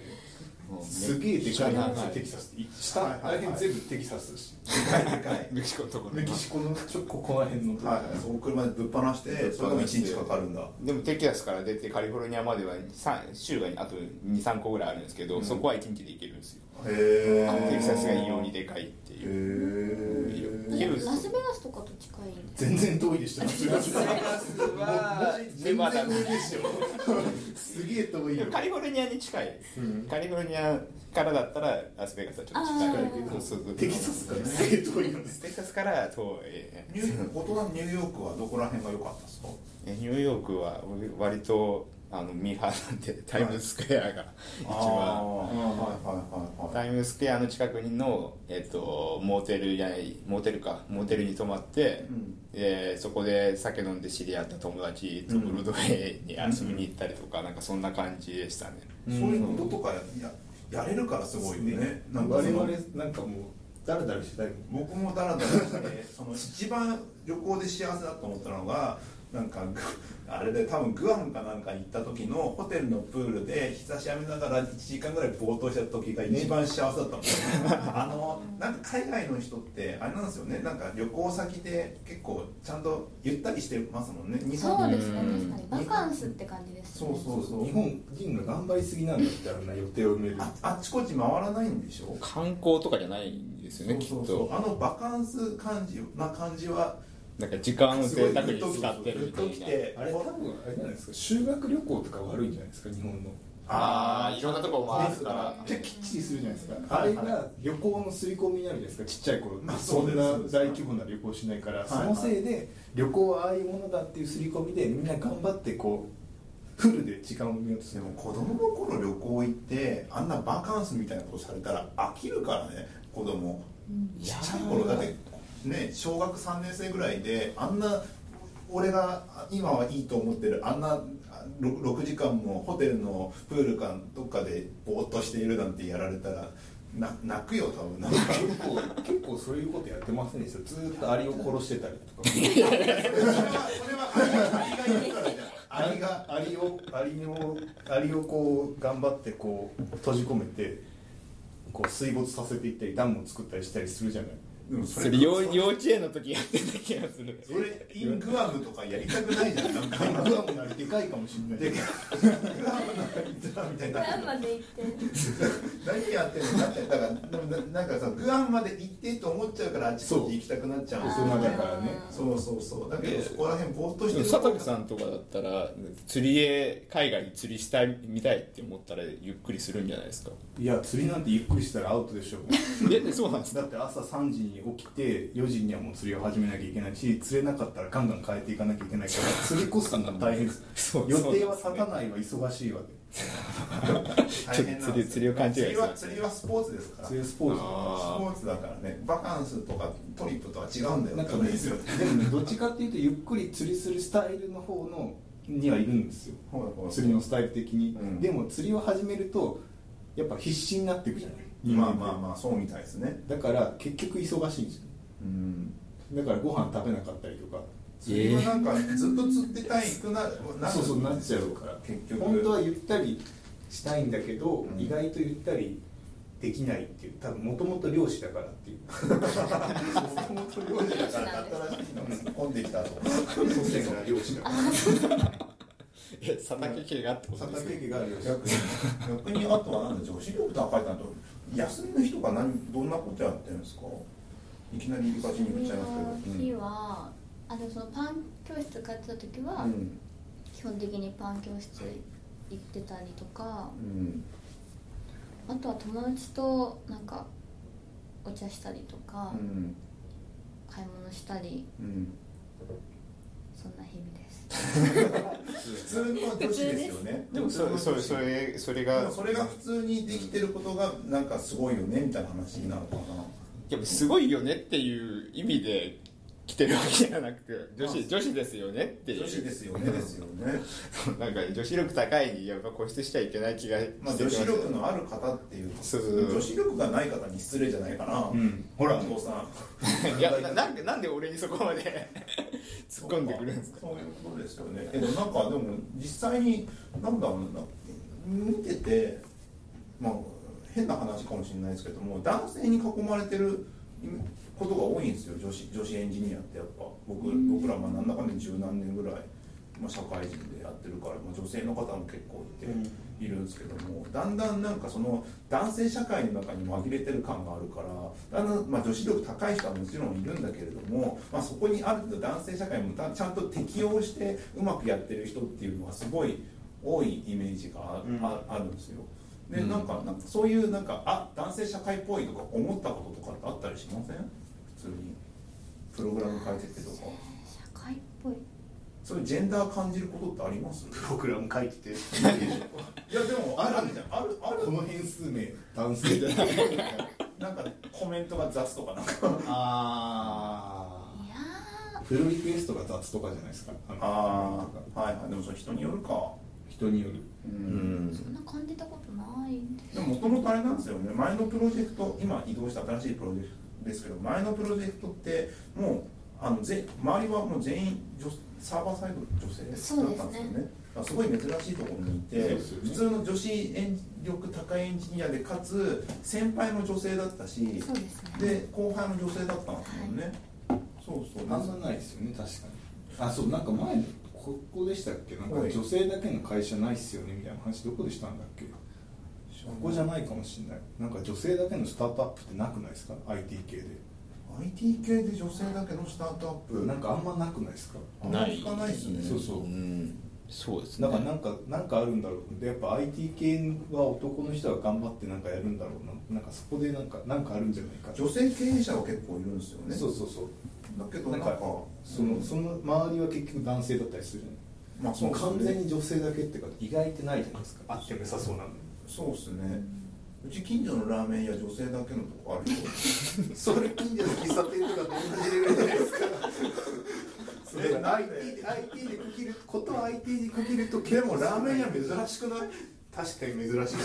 S1: もうめっちゃ
S5: すげえでかいな
S1: 長
S5: テキサスって下
S2: はい
S5: あ
S2: はいはい
S5: れ辺全部テキサスだし
S2: でかい、で かい。
S1: メキシコのところ
S5: メキシコのちょここら辺のとこ
S2: はい、そう、車でぶっ放して、それでも一日かかるんだ。
S1: でもテキサスから出てカリフォルニアまではさん州があと23個ぐらいあるんですけど、そこは1日で行けるんですよ
S2: へえ。
S1: テキサスが異様にでかいって
S2: へ
S1: いう
S2: え。
S1: ケ
S4: でも
S1: ルス
S4: ラスベガスとかと近いんです
S5: 全然遠いで したラスベガス
S1: は
S5: 全然遠いですよすげえ遠いよ
S1: カリフォルニアに近いです、
S5: うん
S1: カリフォルニアからだったらラスベガスはちょっと
S4: あ
S1: 近い
S4: ー
S1: そうそうそう
S5: テキサスからすげえ遠いよね
S1: テキサスから遠いえ
S2: ニュー、大人のニューヨークはどこら辺が良かったですか。
S1: ニューヨークは割とあのミーハーなんでタイムズスクエアが一
S2: ああ
S1: 番
S2: はいはいはいはい。
S1: タイムズスクエアの近くの、えっとモーテルじゃないモーテルかモーテルに泊まって、
S2: うん
S1: でそこで酒飲んで知り合った友達と
S2: うん
S1: ブロードウェイに遊びに行ったりとか、なんかそんな感じでしたね、
S2: そういうこととかややれるからすごいよね。なんか
S5: 我
S2: その
S5: 々なんかもうダラダラしてたいもん
S2: 僕もダラダラしてその一番旅行で幸せだと思ったのがなんかぐあれで多分グアムかなんか行った時のホテルのプールで日差し浴びながら1時間ぐらいぼーっとした時が一番幸せだったの、あのなんか海外の人ってあれなんですよねなんか旅行先で結構ちゃんとゆったりしてますもんね日
S4: そう
S2: 本
S4: ですね
S1: うん
S4: 確かにバカンスって感じですね
S2: そうそうそう
S5: 日本人が頑張りすぎなんだってあんな予定を埋める
S2: ああっちこっち回らないんでしょ
S1: 観光とかじゃないんですよね
S2: そう
S1: きっ
S2: そう
S1: と
S2: そうあのバカンス感じな感じは
S1: なんか時間を
S2: すご
S1: 贅
S2: いグ
S1: 沢
S2: ッ
S1: に
S2: と
S1: 使ってる
S2: グ
S1: み
S2: ッ
S1: た
S2: とき
S1: いな
S2: て
S5: あれ多分あれじゃないですか修学旅行とか悪いんじゃないですか日本の
S1: ああいろんなとこ回るから
S5: めっちゃきっちりするじゃないですか
S2: は
S5: あ
S2: い
S5: れが旅行の刷り込みになるじゃないですかちっちゃい頃
S2: まあ
S5: そ
S2: そうんです
S5: な
S2: そうです
S5: 大規模な旅行しないから
S2: い
S5: そのせいで旅行はああいうものだっていう刷り込みでみんな頑張ってこうフルで時間を埋めようとす
S2: で
S5: る
S2: も子供の頃旅行行ってあんなバカンスみたいなことされたら飽きるからね子供ちっちゃい頃だってね小学3年生ぐらいであんな俺が今はいいと思ってるあんなあろ 6, 時間もホテルのプールかどっかでぼーっとしているなんてやられたらな泣くよ多分なんか
S5: 結構結構そういうことやってませんでしたずーっとアリを殺してたりとか
S2: それはそれはアリがいるからじゃん
S5: ア
S2: ア
S5: リ
S2: リ
S5: が
S2: が
S5: アリをアリをアリをこう頑張ってこう閉じ込めてこう水没させていったりダムを作ったりしたりするじゃない
S2: でも
S1: それ幼幼稚園の時やってた気がする
S2: それイングアムとかやりたくないじゃんなんか
S5: グアムなりでかいかもしれない
S2: でグラムのだみたいな
S4: 何まで行って
S2: 何やってんのなってだからでもななんかさグアムまで行ってと思っちゃうからあっちこっち行きたくなっちゃうんですよ
S5: そう
S2: ね
S5: だからね
S2: そうそうそうだけどそこら辺ぼーっとしてる
S1: 佐竹さんとかだったら釣りへ海外に釣りしたいみたいって思ったらゆっくりするんじゃないですか
S5: いや釣りなんてゆっくりしたらアウトでしょ
S1: えそうなんです
S5: だ
S1: か
S5: って朝3時に起きて4時にはもう釣りを始めなきゃいけないし釣れなかったらガンガン変えていかなきゃいけないから釣り越すのが大変です
S1: そう
S5: 予
S1: そうですね
S5: 定は立たないは忙しいわけ
S1: ちょっと
S2: 大変なんですよ
S1: 釣り釣りを勘違いする
S2: 釣りは釣りはスポーツですから
S5: 釣りはスポーツだか
S2: スポーツだからねバカンスとかトリップとは違うんだよ
S5: らなんかねでもねどっちかっていうとゆっくり釣りするスタイルの方のにはいるんですよ
S2: ほらほら
S5: 釣りのスタイル的に、
S2: うん
S5: でも釣りを始めるとやっぱ必死になっていくじゃない
S2: まあまあまあそうみたいですね
S5: だから結局忙しいんですよ
S2: うん
S5: だからご飯食べなかったりとか
S2: 釣りはなんかずっと釣ってたいくなな
S5: そうそうなっちゃうから
S2: 結局
S5: 本当はゆったりしたいんだけど、
S2: うん
S5: 意外とゆったりできないっていう多分もともと漁師だからっていうもともと漁師
S2: だから新しいの突っ込んできたと
S5: 祖先が漁師だから
S1: え佐竹家がってことです
S5: 佐
S1: か
S5: 竹家が漁師だか
S2: 逆に逆にあとはなんだ女子力高いなと休みの日とか何どんなことやってるんですかいきなり入り口に言っちゃいますけど
S4: 日は、あでもそのパン教室通ってた時は、
S2: うん
S4: 基本的にパン教室行ってたりとか
S2: うん
S4: あとは友達となんかお茶したりとか、
S2: うん
S4: 買い物したり
S2: うん
S4: そんな日々です
S2: 普通の女子ですよね
S1: でもそそれそ
S2: で
S1: れそれ
S2: も
S1: が
S2: それが普通にできてることがなんかすごいよねみたいな話になるのかな
S1: やっぱすごいよねっていう意味で来てるわけじゃなくて女
S2: ま
S1: 子女子ですよねっていう
S2: 女子ですよねですよね
S1: なんか女子力高いにやっぱ固執しちゃいけない気がしてき
S2: ま
S1: ま
S2: あ
S1: す
S2: 女子力のある方っていう
S1: そうそうそう
S2: 女子力がない方に失礼じゃないかな、
S5: らうんほら
S2: お父さん
S1: いやななんでなんで俺にそこまで 突っ込んでくるんですか
S2: そういうことですよねえでもなんかでも実際になんだろうな見ててまあ変な話かもしれないですけども男性に囲まれてることが多いんですよ女子女子エンジニアってやっぱ僕僕らまあ何らかで十何年ぐらい、まあ、社会人でやってるから、まあ、女性の方も結構 いて。いるんですけどもだんだんなんかその男性社会の中に紛れてる感があるからだんだん、まあ、女子力高い人はもちろんいるんだけれども、まあ、そこにある程度男性社会もたちゃんと適応してうまくやってる人っていうのはすごい多いイメージがあ,、
S5: うん
S2: ああるんですよ。で
S1: うん
S2: なんかなんかそういうなんかあ男性社会っぽいとか思ったこととかってあったりしません普通にプログラム書いててとか
S4: 社会っぽい
S2: そういうジェンダー感じることってあります
S5: プログラム書いてて
S2: いやでもあるじゃんあるある
S5: この変数名男性じゃない
S2: なんかコメントが雑とかなんか
S5: あ
S4: いや
S5: ーフルリクエストが雑とかじゃないですか あの
S2: あ
S5: とか
S2: あはいはいでもそれ人によるか
S5: 人による
S2: う
S1: うん
S4: ーそんな感じたことないんです
S2: でももともとあれなんですよね前のプロジェクト今移動した新しいプロジェクトですけど前のプロジェクトってもうあのぜ周りはもう全員女サーバーサイド女性だったんですよね
S4: そうですね
S2: だからすごい珍しいところにいて、
S5: そうですよね
S2: 普通の女子エン力高いエンジニアでかつ先輩も女性だったし
S4: そうですね
S2: で後輩も女性だったんですもんね、そうそう
S5: あんまないですよね確かにあそうなんか前ここでしたっけなんか
S2: はい
S5: 女性だけの会社ないっすよねみたいな話どこでしたんだっけここじゃないかもしれないなんか女性だけのスタートアップってなくないですか IT 系で
S2: IT 系で女性だけのスタートアップ
S5: なんかあんまなくないですか
S2: あんま聞かないですね
S5: そうそう
S1: うんそうですね
S5: だからなんかなんかあるんだろうでやっぱ IT 系は男の人は頑張ってなんかやるんだろうななんかそこでなんかなんかあるんじゃないか
S2: 女性経営者は結構いるんですよね
S5: そうそうそう
S2: だけど
S5: な
S2: なんん
S5: か
S2: か
S5: そのその周りは結局男性だったりするじゃない
S2: まあ
S5: そ
S2: そうう
S5: 完全
S2: で
S5: に女性だけっていうか意外ってないじゃないですかあっても良さそうなのに
S2: そうですねうち近所のラーメン屋女性だけのとこあるよ
S5: それ近所の喫茶店とかと同じレベルじゃないですかそれ
S2: え
S5: が
S2: な
S5: IT
S2: んで
S5: で IT で区切ることは IT で区切ると
S2: でもラーメン屋珍
S5: しくない確かに珍しいですね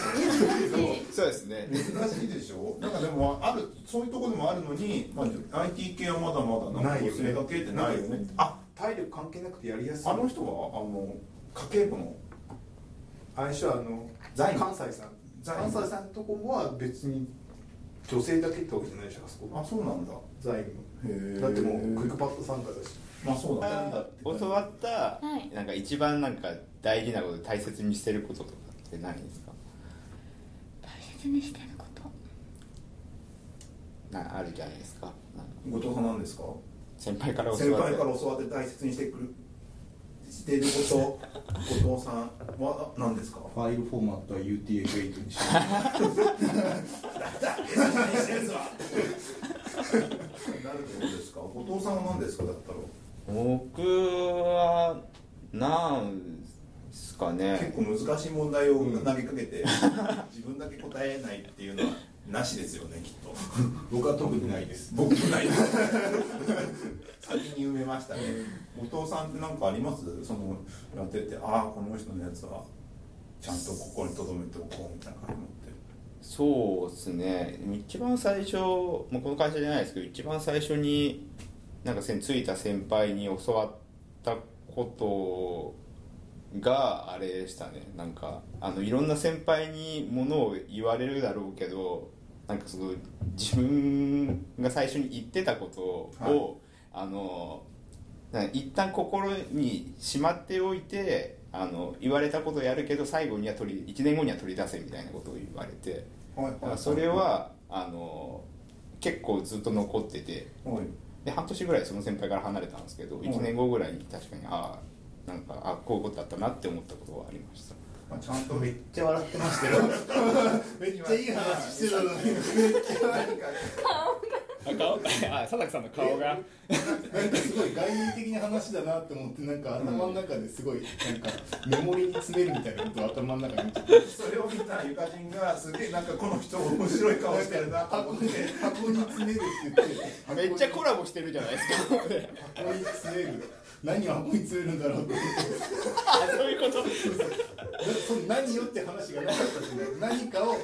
S1: そうですね
S2: 珍しいでしょなん かでもあるそういうとこでもあるのに、まあ、IT 系はまだまだなんか女性だけってないよね
S5: あ体力関係なくてやりやすい
S2: あの人はあの家計簿の
S5: 相性あの
S2: ザイン
S5: 関西さん
S2: ザイン
S5: 関西さんのとこもは別に女性だけってわけじゃないでしょあそこ
S2: あそうなんだ
S5: 財
S2: へ
S5: 務
S2: ー
S5: だってもうクイックパッド参加だし
S2: まあそうだね
S1: 教わった、
S4: はい
S1: なんか一番なんか大事なこと大切にしてることとかってないんですか
S4: 大切にしてること
S1: なあるじゃないですかなんか
S2: 後藤さんなんですか
S1: 先輩から
S2: 先
S1: 教わっ
S2: 輩
S1: て
S2: から教わって大切にしてくるしていること後藤さんは何ですか
S6: ファイルフォーマットは UTF-8 にしてます
S2: なるってことですか後藤さんは何ですかだったら
S1: 僕はなんですかね
S2: 結構難しい問題を投げかけて、自分だけ答えないっていうのはなしですよねきっと
S5: 僕は特にないです
S2: 僕もないです先に埋めましたね後藤さんって何かありますそのやっててああこの人のやつはちゃんとここに留めておこうみたいな感じ持
S1: そう
S2: って
S1: ですね一番最初、まあ、この会社じゃないですけど一番最初になんかせついた先輩に教わったことがあれでしたねなんかあのいろんな先輩にものを言われるだろうけどなんかその自分が最初に言ってたことを、あのなんか一旦心にしまっておいてあの言われたことをやるけど最後には取り1年後には取り出せみたいなことを言われて
S2: は
S1: だ
S2: い
S1: からそれはあの結構ずっと残ってて
S2: はい
S1: で半年ぐらいその先輩から離れたんですけど
S2: ん
S1: 1年後ぐらいに確かにああなんかあこういうことだったなって思ったことはありました
S2: まあ、ちゃんとめっち
S5: ちゃ笑ってましたよ めっちゃいい話してたのに
S2: ゃなんか
S1: あ顔 あ佐々木さんの顔が
S5: なんかすごい概念的な話だなって思ってなんか頭の中ですごいなんかメモリに詰めるみたいなことを頭の中に
S2: それを見たゆかじんがすげえなんかこの人面白い顔してるなと
S5: 箱
S2: 思っ
S5: に
S2: て
S5: 箱に詰めるって言って箱
S1: め
S5: に
S1: っちゃコラボしてるじゃないですか
S5: 箱に詰める何を箱に詰めるんだろうって
S1: あ そういうこと
S5: その何よって話がなかったしね何かを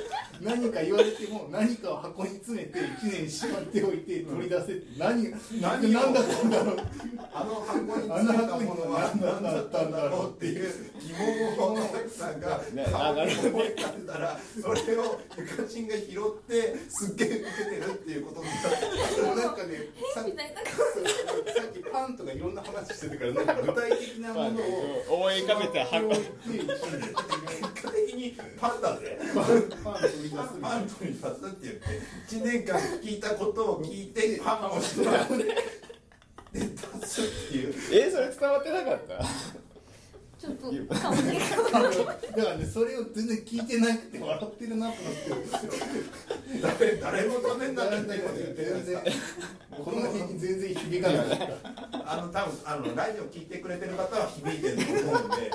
S5: 何か言われても何かを箱に詰めて1年しまっておいて取り出せって何何
S2: 何を
S5: 何だったんだろう
S2: あの箱に詰めたものは何だったんだろうっていう疑問を佐々木さんが
S1: ね
S2: 顔
S1: あなるほ
S2: に
S1: ど
S2: 思い立てたらそれをゆかちんが拾ってすっげえ受けてるっていうことになって
S5: なんかねさっき
S4: みたいな
S5: さっきパンとかいろんな話してたからなんか具体的なものを
S1: 思い浮かべて箱
S5: 置い て
S2: 結果的にパンダで
S5: パンパン取り出す
S2: パン
S5: みた
S2: パ
S5: い
S2: ンとに立つって言って1年間聞いたことを聞いてパンをしてで立つっていう
S1: えそれ伝わってなかった
S4: ちょっと顔に顔
S5: なだからねそれを全然聞いてなくて笑ってるなと思って
S2: 誰誰もためにならないこと言ってる
S5: 全
S2: んです
S5: 然
S2: か
S5: この辺に全然響かなかった
S2: あの多分あのラジオ聞いてくれてる方は響いてると思うんで、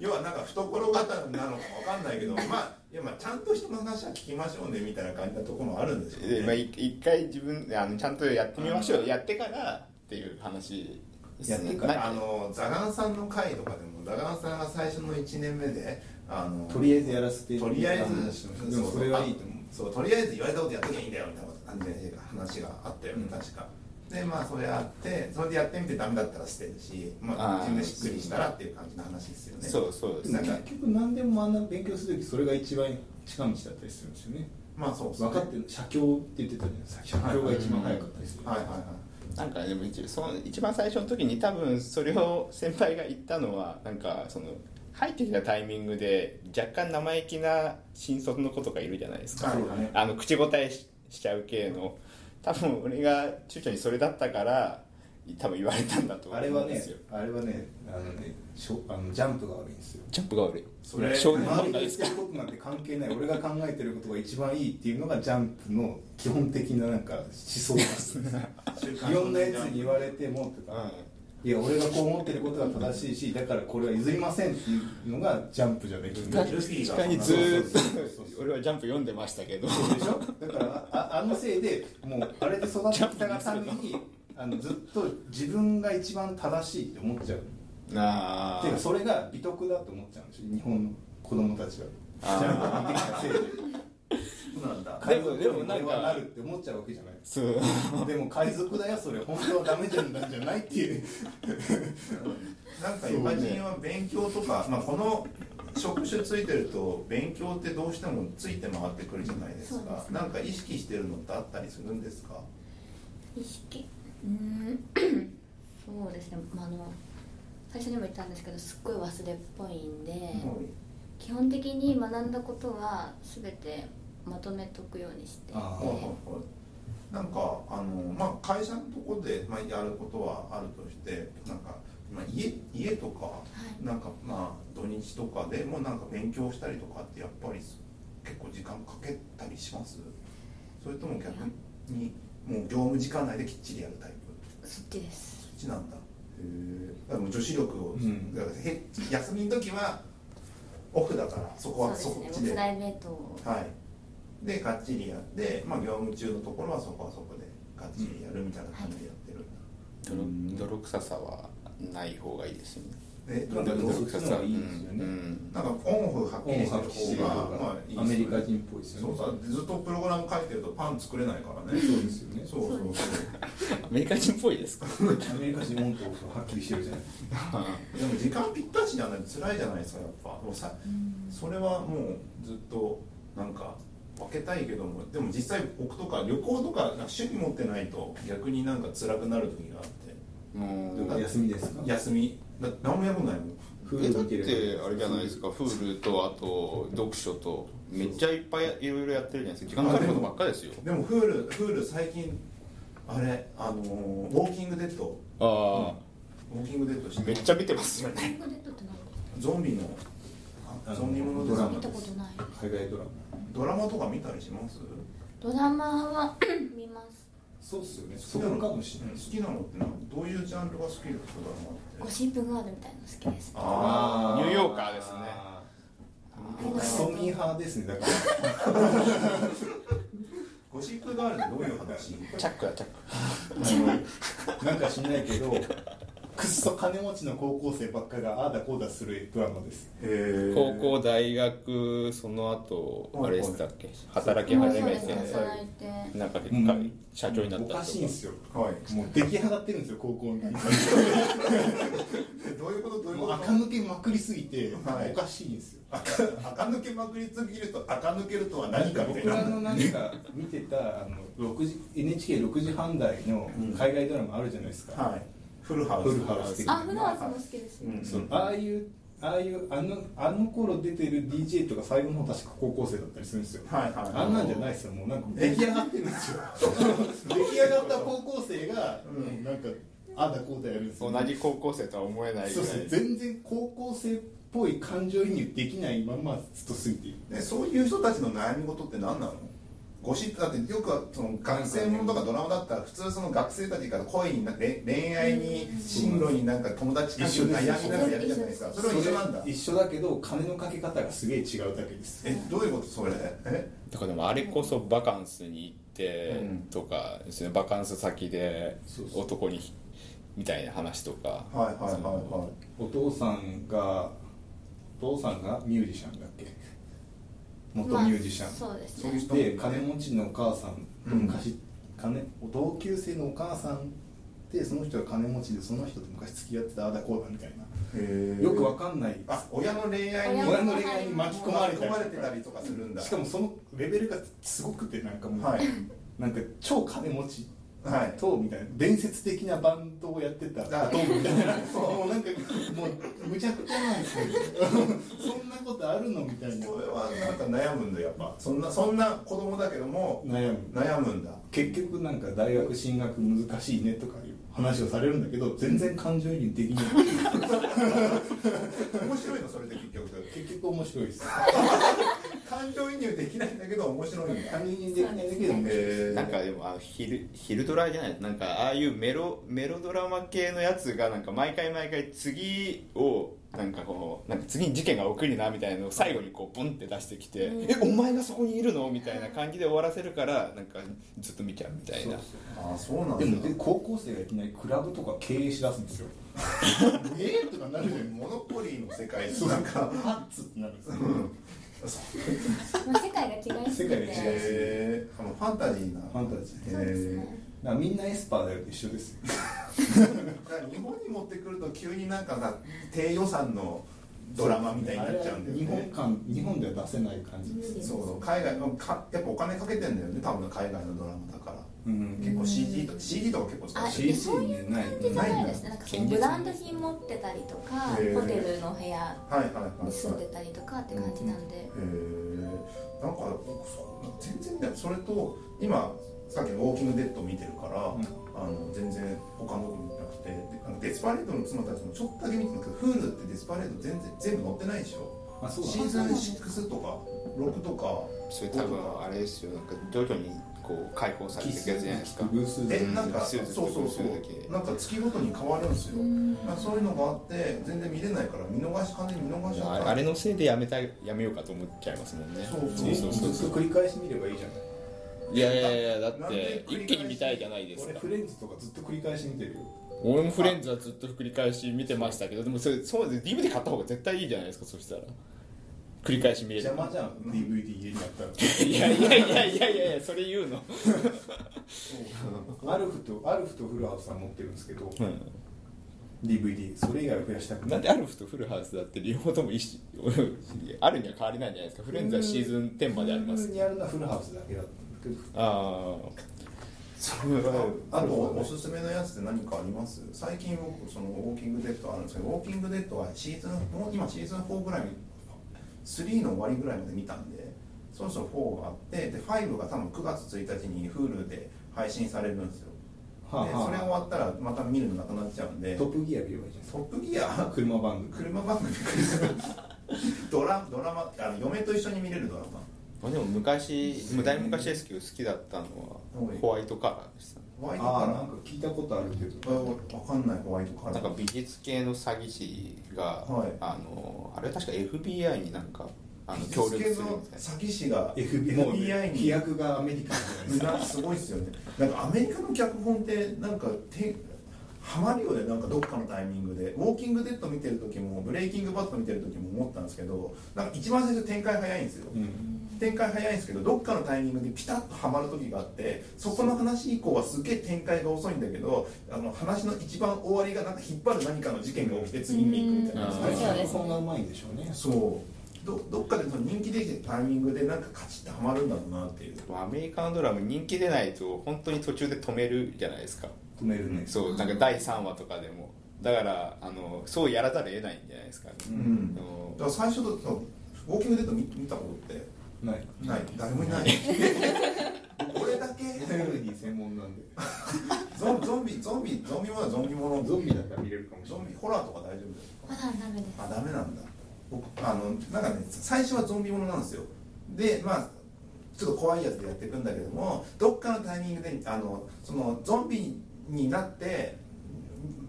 S2: 要はなんか懐刀なのかわかんないけど、まあいやまあちゃんと人の話は聞きましょうねみたいな感じなところもあるんです
S1: で
S2: よ
S1: まあ、
S2: ね。
S1: い一回自分あのちゃんとやってみましょう、やってからっていう話ですね
S2: やってから
S1: な
S2: あのザガンさんの回とかでもザガンさんが最初の1年目であの
S6: とりあえずやらせて
S2: とりあえず
S6: 話しましたでもそれはいいと思う
S2: そうとりあえず言われたことやっときゃいいんだよみたいな感じで話があったよね、確かでまあそれあってそれでやってみてダメだったら捨てるし、まあ、
S1: あー
S2: 自分でしっくりしたらっていう感じの話ですよね
S1: そうそうです
S2: なんか
S1: ね
S6: 結局何でも学んだ勉強するときそれが一番近道だったりするんですよね
S2: まあそうですね
S6: 分かってる写経って言ってたじゃないですか写経が一番早かったりする、
S2: はいはいはい
S1: なんかでも一その一番最初の時に多分それを先輩が言ったのはなんかその入ってきたタイミングで若干生意気な新卒の子とかいるじゃないですか、
S2: そうだね
S1: あの口答えししちゃう系の多分俺が躊躇にそれだったから多分言われたんだと
S6: あ
S1: 思
S6: れは
S1: うんで
S6: ね
S1: すよ
S6: あれはねあのねしょあのジャンプが悪いんですよ
S1: ジャンプが悪い
S2: それ
S1: 少年
S6: 周
S1: 漫画で
S6: りが言っ
S1: す
S6: て
S1: か
S6: ることなんて関係ない俺が考えてることが一番いいっていうのがジャンプの基本的ななんか思想なんです よねいろんなやつに言われてもとか、いや俺がこう思ってることが正しいしだからこれは譲りませんっていうのがジャンプじゃできない
S2: ルフィが
S1: 確かにずーっと
S6: そうそうそう
S1: 俺はジャンプ読んでましたけど
S6: でしょだからああのせいでもうあれで育ってきたがためにあのずっと自分が一番正しいって思っちゃう
S1: な
S6: っていうかそれが美徳だと思っちゃうんですよ日本の子供たちは
S1: あー
S6: ジャンプ見てきたせいで
S2: そうなんだ
S1: でもでもなんか
S6: 海賊に俺はなるって思っちゃうわけじゃない
S1: そう
S6: でも海賊だよそれ本当はダメじゃんなんじゃないっていう
S2: なんかゆかじんは勉強とか、まあ、この職種ついてると勉強ってどうしてもついて回ってくるじゃないです
S4: そうで
S2: か
S4: すね
S2: なんか意識してるのってあったりするんですか
S4: 意識うーんそうですね、まあ、あの最初にも言ったんですけどすっごい忘れっぽいんで、基本的に学んだことは全てまとめとくようにして
S5: あ
S2: はいはいはいなんかあの、まあ、会社のところで、まあ、やることはあるとしてなんか、まあ、家家とか,、
S4: い
S2: なんかまあ、土日とかでもなんか勉強したりとかってやっぱり結構時間かけたりしますそれとも逆にもう業務時間内できっちりやるタイプ
S4: そっちです
S2: そっちなんだへえだからもう女子力を、
S5: ん
S2: だからへ休みの時はオフだからそこ
S4: そ
S2: はそ
S4: うです
S2: っ
S4: ね
S2: ち
S4: もう
S2: で
S4: プライベートを
S2: はい、でがっちりやって、まあ、業務中のところはそこはそこでがっちりやるみたいな感じでやってる、
S1: 泥泥臭さはない方がいいですよね
S2: え
S5: なんか
S2: なん
S5: そっちの方がいいですよね
S1: うん
S2: かオンオフはっきりしてる方がまあいいですよね
S5: アメリカ人っぽいですよ
S2: そう
S5: ね
S2: さずっとプログラム書いてるとパン作れないからね
S5: そうですよね
S2: そうそうそう
S1: アメリカ人っぽいですか
S5: アメリカ人文句がはっきりしてるじゃない
S2: でも時間ぴったしじゃないと辛いじゃないですかやっぱもうさそれはもうずっとなんか分けたいけどもでも実際僕とか旅行とかなんか趣味持ってないと逆になんか辛くなる時があって
S1: も
S5: どうか休みですか
S2: 休みな何もやることないもん
S5: 夫
S1: えだ
S5: 婦
S1: っ
S5: 見て
S1: て
S5: る
S1: あれじゃないですか Hulu とあと読書とめっちゃいっぱいいろいろやってるじゃないですか時間かかることばっかですよ
S2: でもフールフール最近あれあのーウォーキングデッド
S1: あ
S2: ウォーキングデッドし
S1: あ
S2: て
S1: めっちゃ見てますよね
S4: 英語で撮ってなんか
S2: ゾンビの
S5: あ
S2: あ
S5: の
S2: ゾンビもの
S5: ドラマ
S4: 見
S2: ド
S4: たことない
S5: 海外ドラマ
S2: ドラマとか見たりします
S4: ドラマは 見ます
S5: そうっすよね
S2: 好
S5: そ
S2: きな
S5: こ
S2: の
S5: かもしれない
S2: うん
S5: です
S2: 好きなのってなんどういうジャンルが好きですかドラマ
S4: ゴ
S2: って
S4: シップガールみたいなの好きです
S1: あーニューヨーカーですね
S5: クソミーハーですねだから
S2: ゴシップガールってどういう話
S1: チャックだチャック
S5: なんか知んないけど、くっそ金持ちの高校生ばっかがああだこうだするドラマです。
S2: へー
S1: 高校大学その後
S2: はい
S1: あれでしたっけ働き始めて
S4: もうそうです働いて
S1: なんかで
S5: うん
S1: っかい社長になっ
S5: お
S1: た
S5: かしいんすよ。
S2: はい
S5: もう出来上がってるんですよ、高校に。
S2: えどういうことどういう
S5: もう
S2: こと
S5: 垢抜けまくりすぎて、
S2: はい
S5: おかしいんですよ。
S2: 垢抜けまくりすぎると垢抜けるとは何かみたい
S5: 僕
S2: な
S5: らの何か見てたあの6時 NHK6 時半台の海外ドラマあるじゃないですか、
S2: はいフルハウス
S5: フルハウス的
S4: あフラワーズも好きです
S2: う
S4: ね
S2: ん
S5: そのああいうああいうあのあの頃出てる DJ とか最後の方確か高校生だったりするんですよ、
S2: はいはいはい
S5: あんなんじゃないですよ、もうなんか出来上がってるんですよ。出来上がった高校生が、
S2: うん
S5: なんか、あだこうだやるんですよ。
S1: 同じ高校生とは思えないぐ
S5: そう
S1: ら
S5: そう、
S1: い
S5: 全然高校生っぽい感情移入できないまんま、ずっと過ぎている。
S2: ね、そういう人たちの悩み事って何なのゴシップだってよくはその学生ものとかドラマだったら普通その学生たちから恋になれ恋愛に進路になんか友達関係に悩みながらやるじゃないですかそれは一緒なんだ
S5: 一緒だけど、金のかけ方がすげえ違うだけです。
S2: えどういうことそれえ
S1: だからでもあれこそバカンスに行って
S2: うん
S1: とかですねバカンス先で
S5: そうそう
S1: 男にみたいな話とか
S2: はいはいはいはい
S5: お父さんが、お父さんがミュージシャンだっけ元ミュージシャン。
S4: まあそうです
S2: そういう
S4: ね
S2: 人
S5: で金持ちのお母さんと
S2: うん
S5: 昔、金同級生のお母さんでその人が金持ちでその人と昔付き合ってたあだこうだみたいな
S2: へー
S5: よくわかんない
S2: あ親の恋愛に
S4: 親
S5: 親の恋愛に巻き込まれたり
S2: 巻き込まれてたりとかするんだ
S5: しかもそのレベルがすごくてなんかもう、
S2: はい
S5: なんか超金持ち
S2: はい
S5: とみたいな伝説的なバンドをやってた
S2: あ
S5: とみたいなもうなんかもうむちゃくちゃなんですよそんなことあるのみたいな
S2: それはなんか悩むんだやっぱそんなそんな子供だけども
S5: 悩む
S2: 悩むんだ
S5: 結局なんか大学進学難しいねとかいう話をされるんだけど全然感情移入で きない
S2: 面白いのそれで結局
S5: 結局面白いです
S2: 感情移入できないんだけど面白いんだ
S5: 感情移入できないんだけど面白い
S2: え
S1: なんかでもあの昼昼ドラじゃないなんかああいうメロメロドラマ系のやつがなんか毎回毎回次をなんかこうなんか次に事件が起きるなみたいなのを最後にこうボンって出してきて「えお前がそこにいるの?」みたいな感じで終わらせるからなんかずっと見ちゃうみたいな
S2: ああそうなん
S5: で
S2: だ
S5: もで高校生がいきなりクラブとか経営しだすんですよええとかなるじゃん
S2: モノポリーの世界
S5: そう
S2: なんか
S5: ハッツってなるんですよ
S4: まあ世界が違いす
S5: 世
S4: ぎて
S5: 界が違いすぎて
S2: へえあのファンタジーな
S5: ファンタジー
S4: そうです
S2: へ
S4: ね
S5: だからみんなエスパーだよと一緒ですよ
S2: えだから日本に持ってくると急になんかさ低予算のドラマみたいになっちゃうんだよ
S5: 日本
S2: ね
S5: 感日本では出せない感じです
S4: 無理
S2: そうそう海外のかやっぱお金かけてんだよね多分海外のドラマだから
S5: うん
S2: 結構 CD と CD とか結構使
S4: あ
S2: う
S4: いや
S5: CD
S4: そういう感じじゃないですねなんかそのブランド品持ってたりとか
S2: へー
S4: ホテルの部屋
S2: はいはいはいはい
S4: に住んでたりとかって感じなんで
S2: へえなんか僕そう全然だよそれと今さっき「ウォーキング・デッド」見てるから、あの全然他の見なくてであのデスパレードの妻たちもちょっとだけ見てたけど Hulu ってデスパレード全然全部載ってないでしょ
S5: あそう
S2: シーズン6とか6とか
S1: それ多分あれですよなんか徐々にこう解放されていくやつじゃないですか
S5: 偶数
S2: え
S5: で
S2: なんか
S1: ス
S2: そ
S1: ー
S2: う
S1: ツ
S2: そうそう
S1: スーツだけ
S2: なんか月ごとに変わるんですよ
S4: うん
S2: なんかそういうのがあって全然見れないから見逃し完全に見逃しちゃった
S1: あれのせいでやめたいやめようかと思っちゃいますもんね
S2: そうそう
S1: そ
S5: ず
S1: う
S5: っ
S1: そう
S5: と繰り返し見ればいいじゃない
S1: いやいやいやだっ
S2: なん
S1: て
S2: で
S1: 一気に見たいじゃないです
S5: 俺
S1: か
S5: フレンズとかずっと繰り返し見てるよ
S1: 俺もフレンズはずっと繰り返し見てましたけどでもそれそうです DVD 買った方が絶対いいじゃないですかそしたら繰り返し見れる
S5: 邪魔じゃん DVD 家にあったら
S1: いやいやいやいやいやいやそれ言うの、
S5: アルフとアルフとフルハウスは持ってるんですけど、
S1: う
S5: DVD それ以外は増やしたく
S1: ん、な
S5: な
S1: いんでアルフとフルハウスだって両方とも一緒あるには変わりないんじゃないですかフレンズはシーズン10までありま
S5: 普
S1: す
S5: 通にやるのはフルハウスだけだったんだけど
S1: ああそれ
S2: あとおすすめのやつって何かあります最近僕そのウォーキングデッドあるんですけどウォーキングデッドはシーズンもう今シーズン4ぐらい3の終わりぐらいまで見たんでそろそろ4があってで5が多分9月1日に Hulu で配信されるんですよ
S5: はあ
S2: で
S5: はあ
S2: それ終わったらまた見るのなくなっちゃうんで
S5: ト
S2: ト
S5: ップギア見ればいいじゃないです
S2: ップギ
S5: か
S2: ア
S5: 車番組
S2: 車番組ドラドラマあの嫁と一緒に見れるドラマ
S1: まあでも昔無駄に昔ですけど好きだったのはホワイトカラーでしたね
S2: ホワイトカ
S5: ああなん
S2: ラ
S5: か聞いたことあるけど
S2: ーあわかんないホワイトカラ
S1: な
S2: ー
S1: んか美術系の詐欺師が、
S2: はい
S1: あのあれ確か FBI になんかあの
S2: 美
S1: 協
S2: 術
S1: 力
S2: 系
S1: するみ
S2: の
S1: たいな
S2: 詐欺師が
S5: FBI
S2: もう
S5: の
S2: FBI
S5: 飛
S2: に
S5: 躍がアメリカンじゃないですか
S2: なんかすごいですよねなんかアメリカの脚本ってなんかてハマるよねなんかどっかのタイミングで「ウォーキング・デッド」見てる時も「ブレイキング・バット」見てる時も思ったんですけどなんか一番最初展開早いんですよ、
S5: うん
S2: 展開早いんですけどどっかのタイミングでピタッとハマる時があってそこの話以降はすげえ展開が遅いんだけどあの話の一番終わりがなんか引っ張る何かの事件が起きて次に行くみたいな
S1: うん
S2: そ
S1: あー
S4: そうです
S5: そんなう
S4: ね
S5: まいんでしょうね
S2: そうどどっかでその人気できてるタイミングでなんかカチッとハマるんだろうなっていう
S1: アメリカのドラマ人気出ないと本当に途中で止めるじゃないですか
S5: 止めるね
S1: そうなんか第3話とかでもだからあのそうやらざるを得ないんじゃないですかね、
S2: うん
S1: あの
S2: だから最初だとウォーキングデッド見見たことって
S5: ない
S2: ない誰もいない 俺だけ
S5: メロディー専門なんで
S2: ゾンゾンビゾンビゾンビものはゾンビもの
S5: ゾンビだったら見れるかもしれ
S2: ゾ
S5: ない
S2: ンビホラーとか大丈夫です
S4: まだダメです
S2: かあダメなんだ僕あのなんかね最初はゾンビものなんですよでまあちょっと怖いやつでやっていくんだけどもどっかのタイミングであのそのゾンビになって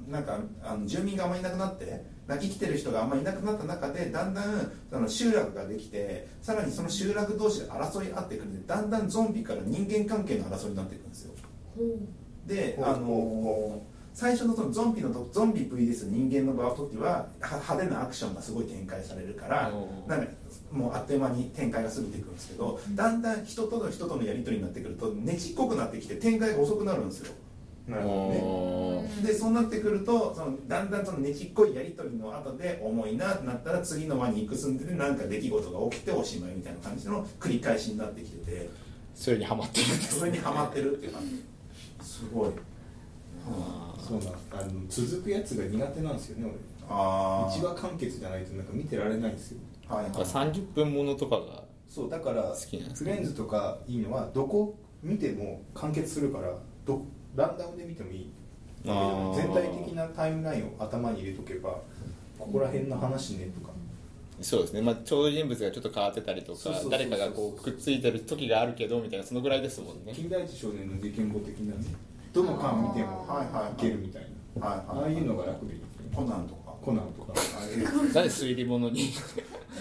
S2: なんかあの住民があんまりいなくなって生きてる人があんまりいなくなった中でだんだんその集落ができてさらにその集落同士で争い合ってくるんでだんだんゾンビから人間関係の争いになっていくんですよで
S5: ほう
S2: あの最初のそのゾンビのとゾンビ VS 人間の場合の時はは派手なアクションがすごい展開されるから
S1: おー
S2: なんかもうあっという間に展開が過ぎていくんですけどだんだん人との人とのやり取りになってくるとねちっこくなってきて展開が遅くなるんですよ
S5: なるほどね
S1: も
S4: うん
S2: でそうなってくるとそのだんだんそのねちっこいやり取りの後で重いなってなったら次の輪に行くすんでてなんか出来事が起きておしまいみたいな感じの繰り返しになってきてて
S1: うそれにハマってるんです
S2: それにハマってるっていう感じすごい
S1: あー
S5: そうなんあの続くやつが苦手なんですよね
S2: あ
S5: 俺一話完結じゃないとなんか見てられないんですよ
S2: はい
S1: なんか30分ものとかが
S5: そうだから
S1: 好きなんです
S5: フ
S1: ね
S5: レンズとかいいのはどこ見ても完結するからどランダムで見てもいい
S1: あー
S5: 全体的なタイムラインを頭に入れとけばここら辺の話ねとか
S1: そうですね、まあ、登場人物がちょっと変わってたりとか
S5: そうそうそうそう
S1: 誰かがこうくっついてる時があるけどみたいなそのぐらいですもんね
S5: 近代一少年の事件簿的などの巻見ても
S2: はいはいはい
S5: いけるみたいな
S2: はいはい
S5: ああいうのが楽でいい
S2: コナンとか
S5: コナンとか
S2: あれ
S1: なんで推理物 に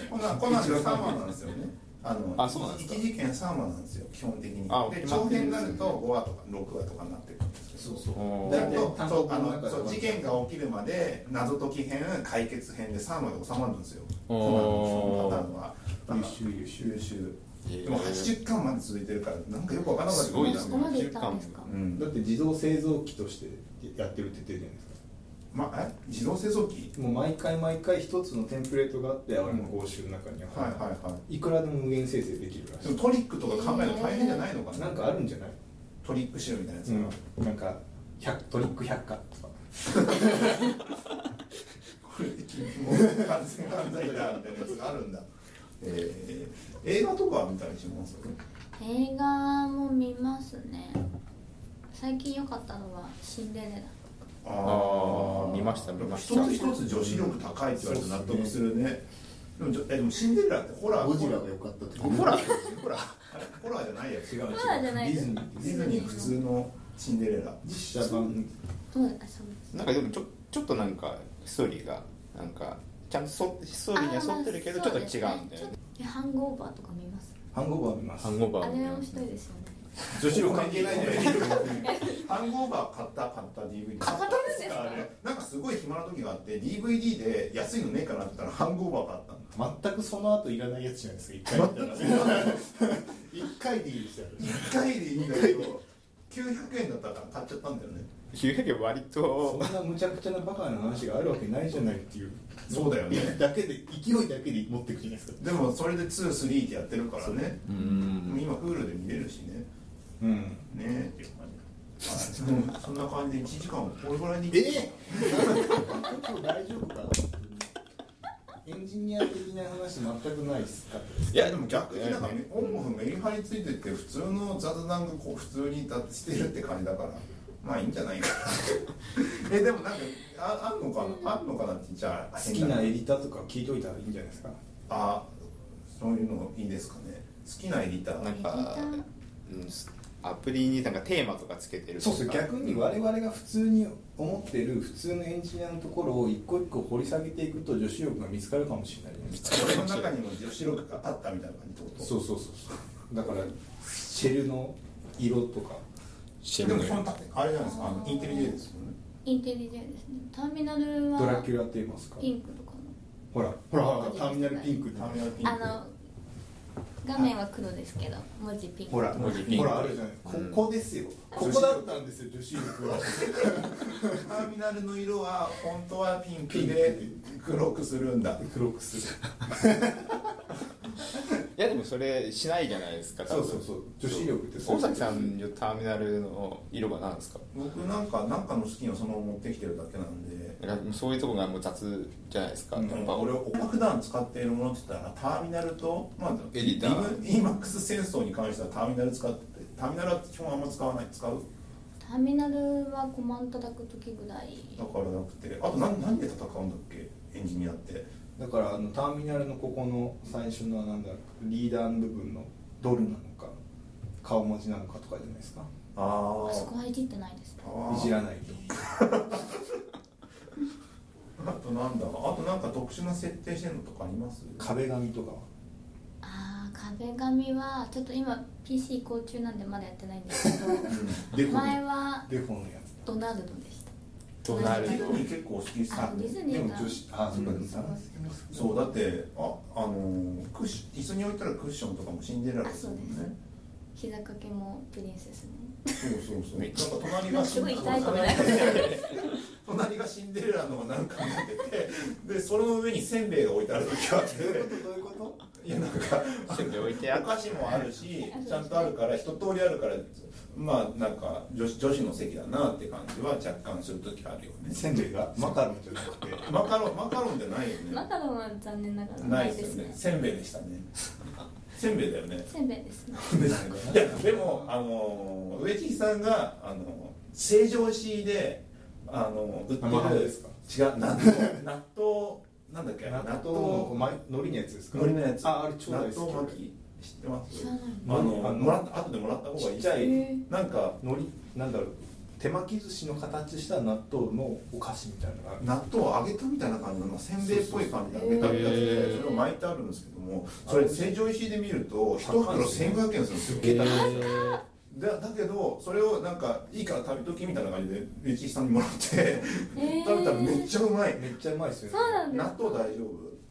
S2: コナンコナンが3話なんですよねあの
S1: あそうなんですか
S2: 一時件3話なんですよ基本的に
S1: あ
S2: で
S1: 決ま
S2: 長
S1: ってるん
S2: 編に
S1: です
S2: な
S1: ね
S2: ると5話とか6話とかになってくるんですけど
S5: そうそう
S1: おー
S2: だけど
S5: 単
S2: そ
S5: 行
S2: うあ
S5: 本の中
S2: の
S5: で
S2: そう事件が起きるまで謎解き編解決編で3話で収まるんですよ
S1: おー
S2: コナンのそのパターンは
S5: 優秀優秀
S2: 優秀
S1: へー
S2: でも80巻まで続いてるからなんかよくわからなかった
S1: すごいで
S4: そ
S1: すね
S4: こまでいったんですか
S2: うん
S5: だって自動製造機としてやってるって言ってるじゃないですか
S2: まあえ自動製造機
S5: もう毎回毎回一つのテンプレートがあってあれも報酬の中には、
S2: はいはいはい
S5: いくらでも無限生成できるら
S2: で
S5: し
S2: もトリックとか考えるの大変じゃないのか
S5: い
S2: な
S5: なんかあるんじゃない
S2: トリック集みたいなやつ、
S5: うん、なんか百トリック百科とか
S2: これもう完全犯罪だみたいなやつがあるんだ、えー、映画とかは見たりします
S4: 映画も見ますね最近良かったのは「シンデレラ」
S1: あー見ました見ました
S2: 一つ一つ女子力高いって言われて納得するねでもじょえでもシンデレラってホラー
S7: ゴジラが良かったと
S2: ホラーホラーあれホラーじゃないやつ
S5: 違う違う
S4: ホラーじゃない
S5: デ
S4: で
S5: ィズ
S4: す
S5: ニ
S2: ディズニー普通のシンデレラ
S5: ー実写版
S4: そうあそうです
S1: なんかでもちょちょっとなんかストーリーがなんかちゃんとそストーリーには沿ってるけど
S4: あ
S1: ちょっ
S4: ー
S1: と
S4: ま
S1: 違
S4: あ
S1: うんだよね
S4: そうですちょっとハングオーバーとか見ます
S5: ハングオーバー見ます
S1: ハンゴバ
S4: あ
S1: ー
S4: れ面白いですよね
S5: 女子力関係ないじゃないですか
S2: ハングオーバー買った買った DVD
S4: 買ったんですか
S2: あれなんかすごい暇な時があって DVD で安いのねえかなって言ったらハングオーバー買ったんだ
S5: 全くその後いらないやつじゃないですか
S7: 一回でいいですよ
S2: 1回でいいんだけど900円だったから買っちゃったんだよね
S1: ヒューヘゲ割と
S5: そんなむちゃくちゃなバカな話があるわけないじゃないっていう
S2: そうだよね
S5: だけで勢いだけで持っていくじゃないですか
S2: でもそれで23ってやってるからね
S1: うん
S2: 今 Hulu で見れるしね
S5: うん
S2: ねえっていう感じはいそんな感じで1時間をこれぐらいに
S7: え
S5: 今日大丈夫かなエンジニア的な話全くないっすか
S2: いやでも逆になんかオンオフメリハリついてって普通の雑談がこう普通にだってしてるって感じだからまあいいんじゃない かなえでもなんかああんのかなあんのかなってじゃあ
S5: 好きなエ
S2: 変
S5: ディターとか聞いといたらいいんじゃないですか
S2: あそういうのいいですかね好きなエディタ
S1: な
S2: ー
S1: んか、うん、アプリになんかテーマとかつけてると
S5: そう
S1: か
S5: そう逆に我々が普通に思ってる普通のエンジニアのところを一個一個掘り下げていくと女子力が見つかるかもしれないじゃないですか
S2: これの中にも女子力があったみたいな感じってこと
S5: そうそうそうそうだからシェルの色とか
S1: シェ
S2: で
S1: ル
S2: も
S1: の
S2: そのあれじゃないですかあのインテリジェンスですよね
S4: インテリジェンですねターミナルは
S5: ドラキュラって言いますか
S4: ピンクとかの
S5: ほらほらほらターミナルピンクって
S2: ターミナルピンク
S4: あの画面は黒ですけど文字ピンク
S5: ほら
S1: 文字ピンク
S5: ほらあるじゃない
S1: うん
S5: ここですよここだったんですよ女子力は
S2: ターミナルの色は本当はピンクで黒くするんだ
S5: 黒くする
S1: いやでもそれしないじゃないですか多分
S5: そうそうそう女子力ってそう
S1: 大崎さんのターミナルの色が何ですか
S2: 僕なんかなんかの資金をそのまま持ってきてるだけなんで
S1: なんかそういうとこがもう雑じゃないですか、
S5: うん
S1: やっぱ
S2: 俺を普段使っているものって言ったらターミナルと、まあ、
S1: エディター
S2: EMAX 戦争に関してはターミナル使っててターミナルは基本あんま使わない使う
S4: ターミナルはコマンド叩く時ぐらい
S2: だからなくてあと何何で戦うんだっけエンジニアって
S5: だからあのターミナルのここの最初のなんだリーダーの部分のドルなのか顔文字なのかとかじゃないですか
S2: あ
S4: あそこはいじってないですね
S2: あ
S5: いじらないと
S2: あとなんだあとなんか特殊な設定してるのとかあります
S5: 壁紙とかは
S4: ああ壁紙はちょっと今 PC 移行中なんでまだやってないんです け
S5: デ
S4: ど
S5: フォ
S4: 前
S5: の
S4: は
S5: デフォのやつ
S4: ドナルドでした
S1: ドナル
S2: ディズ
S1: ド
S2: ニー結構好きです
S4: あディズニ
S5: で
S4: ー
S5: も
S4: が
S5: 女子あそうか
S2: うん
S5: でもさ
S2: そうだってああのークッション椅子に置いたらクッションとかもシンデレラですもん
S4: あそう
S2: ね
S4: 膝掛けもプリンセスも
S2: そうそうそうなんか隣が
S4: すごい痛いことない
S2: 隣がシンデレラのがなんかになっててでその上にせんべいが置いてある時はあって
S5: どう いうことどういうこと
S2: いやなんか
S1: せんべい置いてあ
S2: お菓子もあるしちゃんとあるから一通りあるからまあなんか女子女子の席だなって感じは若干する時あるよね
S5: せんべいがマカロンじゃなくて
S2: マカロンマカロンじゃないよ
S4: マ
S2: ね
S4: カロンは残念ながら
S2: な
S4: ないい
S2: で
S4: ですす
S2: よ
S4: ね
S2: ねせんべいでしたねせんべいだよね
S4: せんべいですね
S2: いやでもあの植木さんがあの成城石井であの売って
S5: 生ハム
S2: る
S5: ですか
S2: 違う納豆納豆なんだっけ
S5: 納豆のま海苔のやつですか
S2: 海苔のやつ
S5: ああれ超大
S2: 納
S5: 好
S2: 豆
S5: き
S2: 巻き知ってます
S4: 知らない
S2: あの
S5: あの
S2: もらった後でもらった方が
S5: ち
S2: い
S5: っ
S2: い
S5: ちゃい
S4: へ
S2: なんか
S5: 海苔なんだろう手巻き寿司の形した納豆のお菓子みたいなのがある
S2: 納豆を揚げたみたいな感じのせんべいっぽい感じで揚げたみたいなやつでそれを巻いてあるんですけどもそれ成城石井で見ると一袋1500円するんですよだだけどそれをなんかいいから食べときみたいな感じで植木さんにもらって
S4: ー
S2: 食べたらめっちゃうまい
S5: めっちゃうまいですよね
S4: そうなんです
S2: 納豆大丈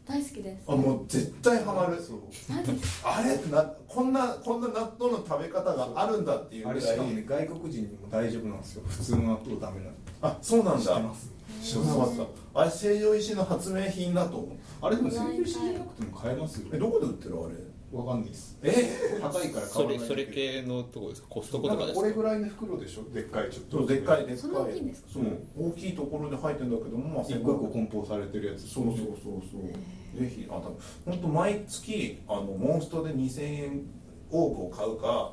S4: 大好きです
S2: 夫あもう絶対ハマる
S5: そう
S4: マジです
S2: あれなこんなこんな納豆の食べ方があるんだっていう
S5: あ
S2: ぐ
S5: れ
S2: ら
S5: し
S2: い
S5: かもね外国人にも大丈夫なんですよ普通の納豆ダメなの
S2: あそうなん
S5: 知って
S2: だ
S5: ます
S2: 知らなかったあれ成城石井の発明品だと思う
S5: あれでも成城石井じゃなくても買えますよ
S2: えどこで売ってるあれ
S5: わかんないです
S2: え
S5: 高いから買
S1: そ
S5: わない
S1: れそれ系のとこですかコストコ
S5: な
S1: と
S5: ん
S1: かで
S5: か
S1: す
S5: こ
S1: か
S5: れぐらいの袋でしょでっかいちょっと
S2: そうでっかいでっかい
S4: そんな大きいんですか
S2: そう大きいところで入ってんだけどもまあ
S5: 一個一個梱包されてるやつ
S2: そうそうそうそうぜひあと本当毎月あのモンストで2000円オーブを買うか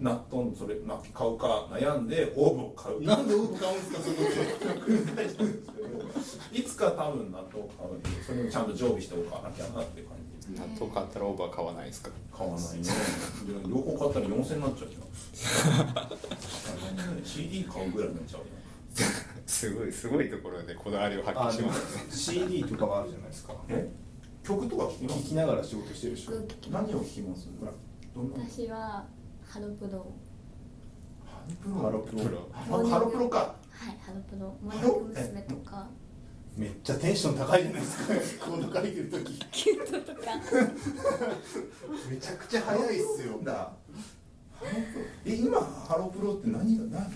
S2: 納豆のそれな買うか悩んでオーブを買う
S5: なんで多く買うんですかそこで
S2: いつか多分納豆を買うんでそれもちゃんと常備しておかなきゃなって感じ
S1: 納豆買ったらオーバー買わないですか
S2: 買わないねで両方買ったら4000円になっちゃうじ ゃん CD 買うぐらいになっちゃうよ
S1: すごいすごいところでこだわりを発
S5: あ
S1: 揮し
S5: でも
S1: ますね
S5: CD とかはあるじゃないですか
S2: え曲とか聴きま
S5: 聞
S2: す
S5: きながら仕事してるでしょ
S4: 僕聞きま
S2: 何を聴きますどんな
S4: す私はハロプロ
S2: ハロプロ
S5: ハロプロ
S2: あハロプロか
S4: はいハロプロマ
S2: ハ
S4: イ
S2: ロ
S4: ク娘とか
S5: めっちゃテンション高いじゃないですか コード書いてる時
S4: キュートとか
S5: めちゃくちゃ早いっすよ
S2: だえ今ハロプロって何が何どん何がい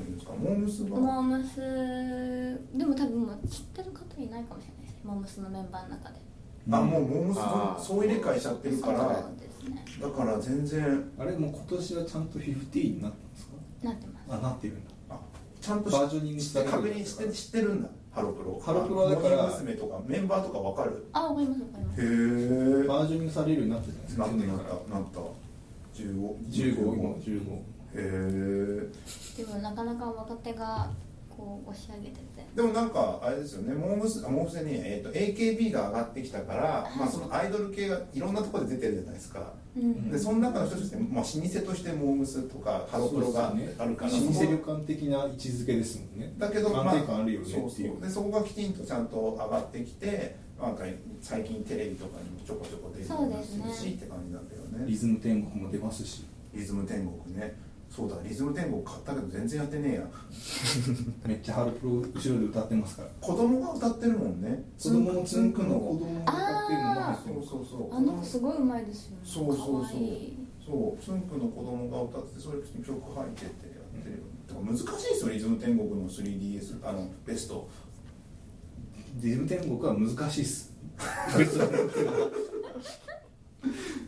S2: いんですかモームスバ
S4: モームスでも多分もう知ってる方いないかもしれないですねモームスのメンバーの中で
S2: あもうモームス
S1: あー
S2: バ総入れ替えしちゃってるから
S4: そ
S2: だ
S4: うですね
S2: から全然
S5: あれもう今年はちゃんと50になったんですか
S4: なってます
S5: あなってるんだ
S2: あちゃんと
S5: バージョニングした
S2: 確認して知ってるんだハロプロ
S5: ハロプロだから
S2: モーニング娘。とかメンバーとかわかる
S4: あわかりますわかります
S2: へえ
S5: バージョニングされるようになったじゃないです
S2: な
S5: か
S2: った
S5: 去
S2: な
S5: 年
S2: っ
S5: か
S2: た
S5: ら
S2: なった15
S5: 15
S2: 15へえ
S4: でもなかなか若手がこう押し上げてて
S2: でもなんかあれですよねモームスあモームスに、えー、と AKB が上がってきたから、まあ、そのアイドル系がいろんなところで出てるじゃないですか
S4: うん
S2: でその中の一つとして、まあ、老舗としてモームスとかハロプロが
S5: そうですね
S2: あるから、
S5: 老舗
S2: そこ
S5: 旅館的な位置づけですもんね
S2: だけど、
S5: 安定感あるよねっていう,、
S2: そうそうでそこがきちんとちゃんと上がってきてなんか最近テレビとかにもちょこちょこ出て
S4: そう
S2: る
S4: です
S2: し、
S4: ね
S2: って感じなんだよ
S5: リ
S2: ね
S5: ズム天国も出ますし
S2: リズム天国ねそうだリズム天国買ったけど全然やってねえや
S5: めっちゃハロプロ後ろで歌ってますから
S2: 子供が歌ってるもんね
S5: 子供のつんくの子
S2: 子
S5: 供が歌ってるの
S4: あ
S5: も
S4: ー
S2: そうそうそう
S4: あの子すごいうまいですよね
S2: そうそう
S4: か
S2: そ
S4: わ
S2: う
S4: いい
S2: そうつんくんの子供が歌っててそれ曲入っててやってるよ、だから難しいですよリズム天国の 3DS あのベスト
S5: リズム天国は難しいっす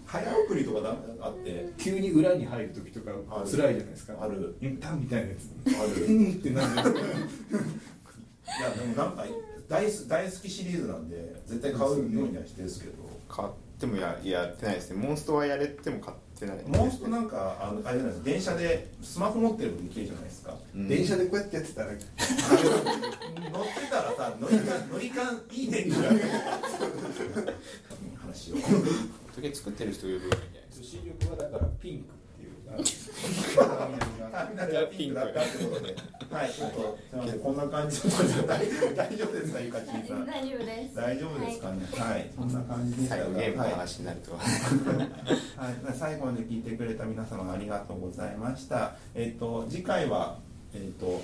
S2: 早送りとかだあって
S5: 急に裏に入る時とか
S2: あ
S5: 辛い
S2: る
S5: じゃないですか
S2: ある
S5: うんたみたいなや
S2: あ
S5: つ
S2: る
S5: う
S2: い
S5: んってなるじゃないですか
S2: やでもなんか大す大好きシリーズなんで絶対買うようにはしてですけど
S1: 買ってもややってないですねモンストはやれても買ってない
S2: もう一度なんかあのあれじゃないですか電車でスマホ持ってるのできるじゃないですか
S1: うん
S5: 電車でこうやってやってたら
S2: 乗ってたらさ乗り換乗り換いいねみたいな 話を
S1: 時計作ってる人呼ぶばいいんじゃないです
S5: 女子力はだからピンクっていうあの
S2: あみんなでピンクだったってことで、はい、ちょっと、すみません、こんな感じで、大大丈夫ですか、ゆかちんさん。
S4: 大丈夫です
S2: 大丈夫ですかね、はい、そんな感じ
S1: か
S2: でした
S1: 最
S2: が、
S1: 後
S2: は
S1: ゲー
S2: い、
S1: ムの
S2: はい
S1: 話になるとは、
S2: 最後まで聞いてくれた皆様、ありがとうございました。えっと、次回は、えっと、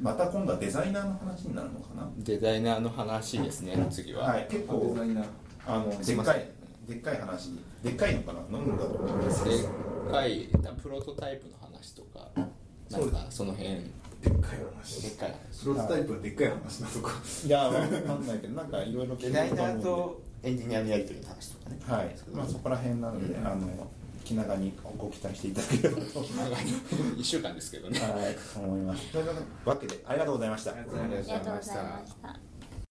S2: また今度はデザイナーの話になるのかな。
S1: デザイナーの話ですね次は、
S2: はい、結構
S5: デ、ザイナー
S2: あの、
S1: す
S2: で
S1: い
S2: っ
S1: ま
S2: か
S1: せ
S2: い、でっかい話、でっかいのかな、飲むんだろう。
S1: でっかいプロトタイプの話とかなんかその辺で
S5: でっかい話
S1: っかい
S5: プロトタイプはでっかい話なのか
S2: いや、わかんないけど、なんかいろいろ
S1: デザイナーとエンジニアのやり取りの話とかね
S2: はい、まあ、そこら辺なので、
S1: うん
S2: あの気長にご期待していただければと、は
S1: 1週間ですけどね
S2: い、思います。というわけで、ありがとうございました。
S1: ありが
S4: ありがとうございました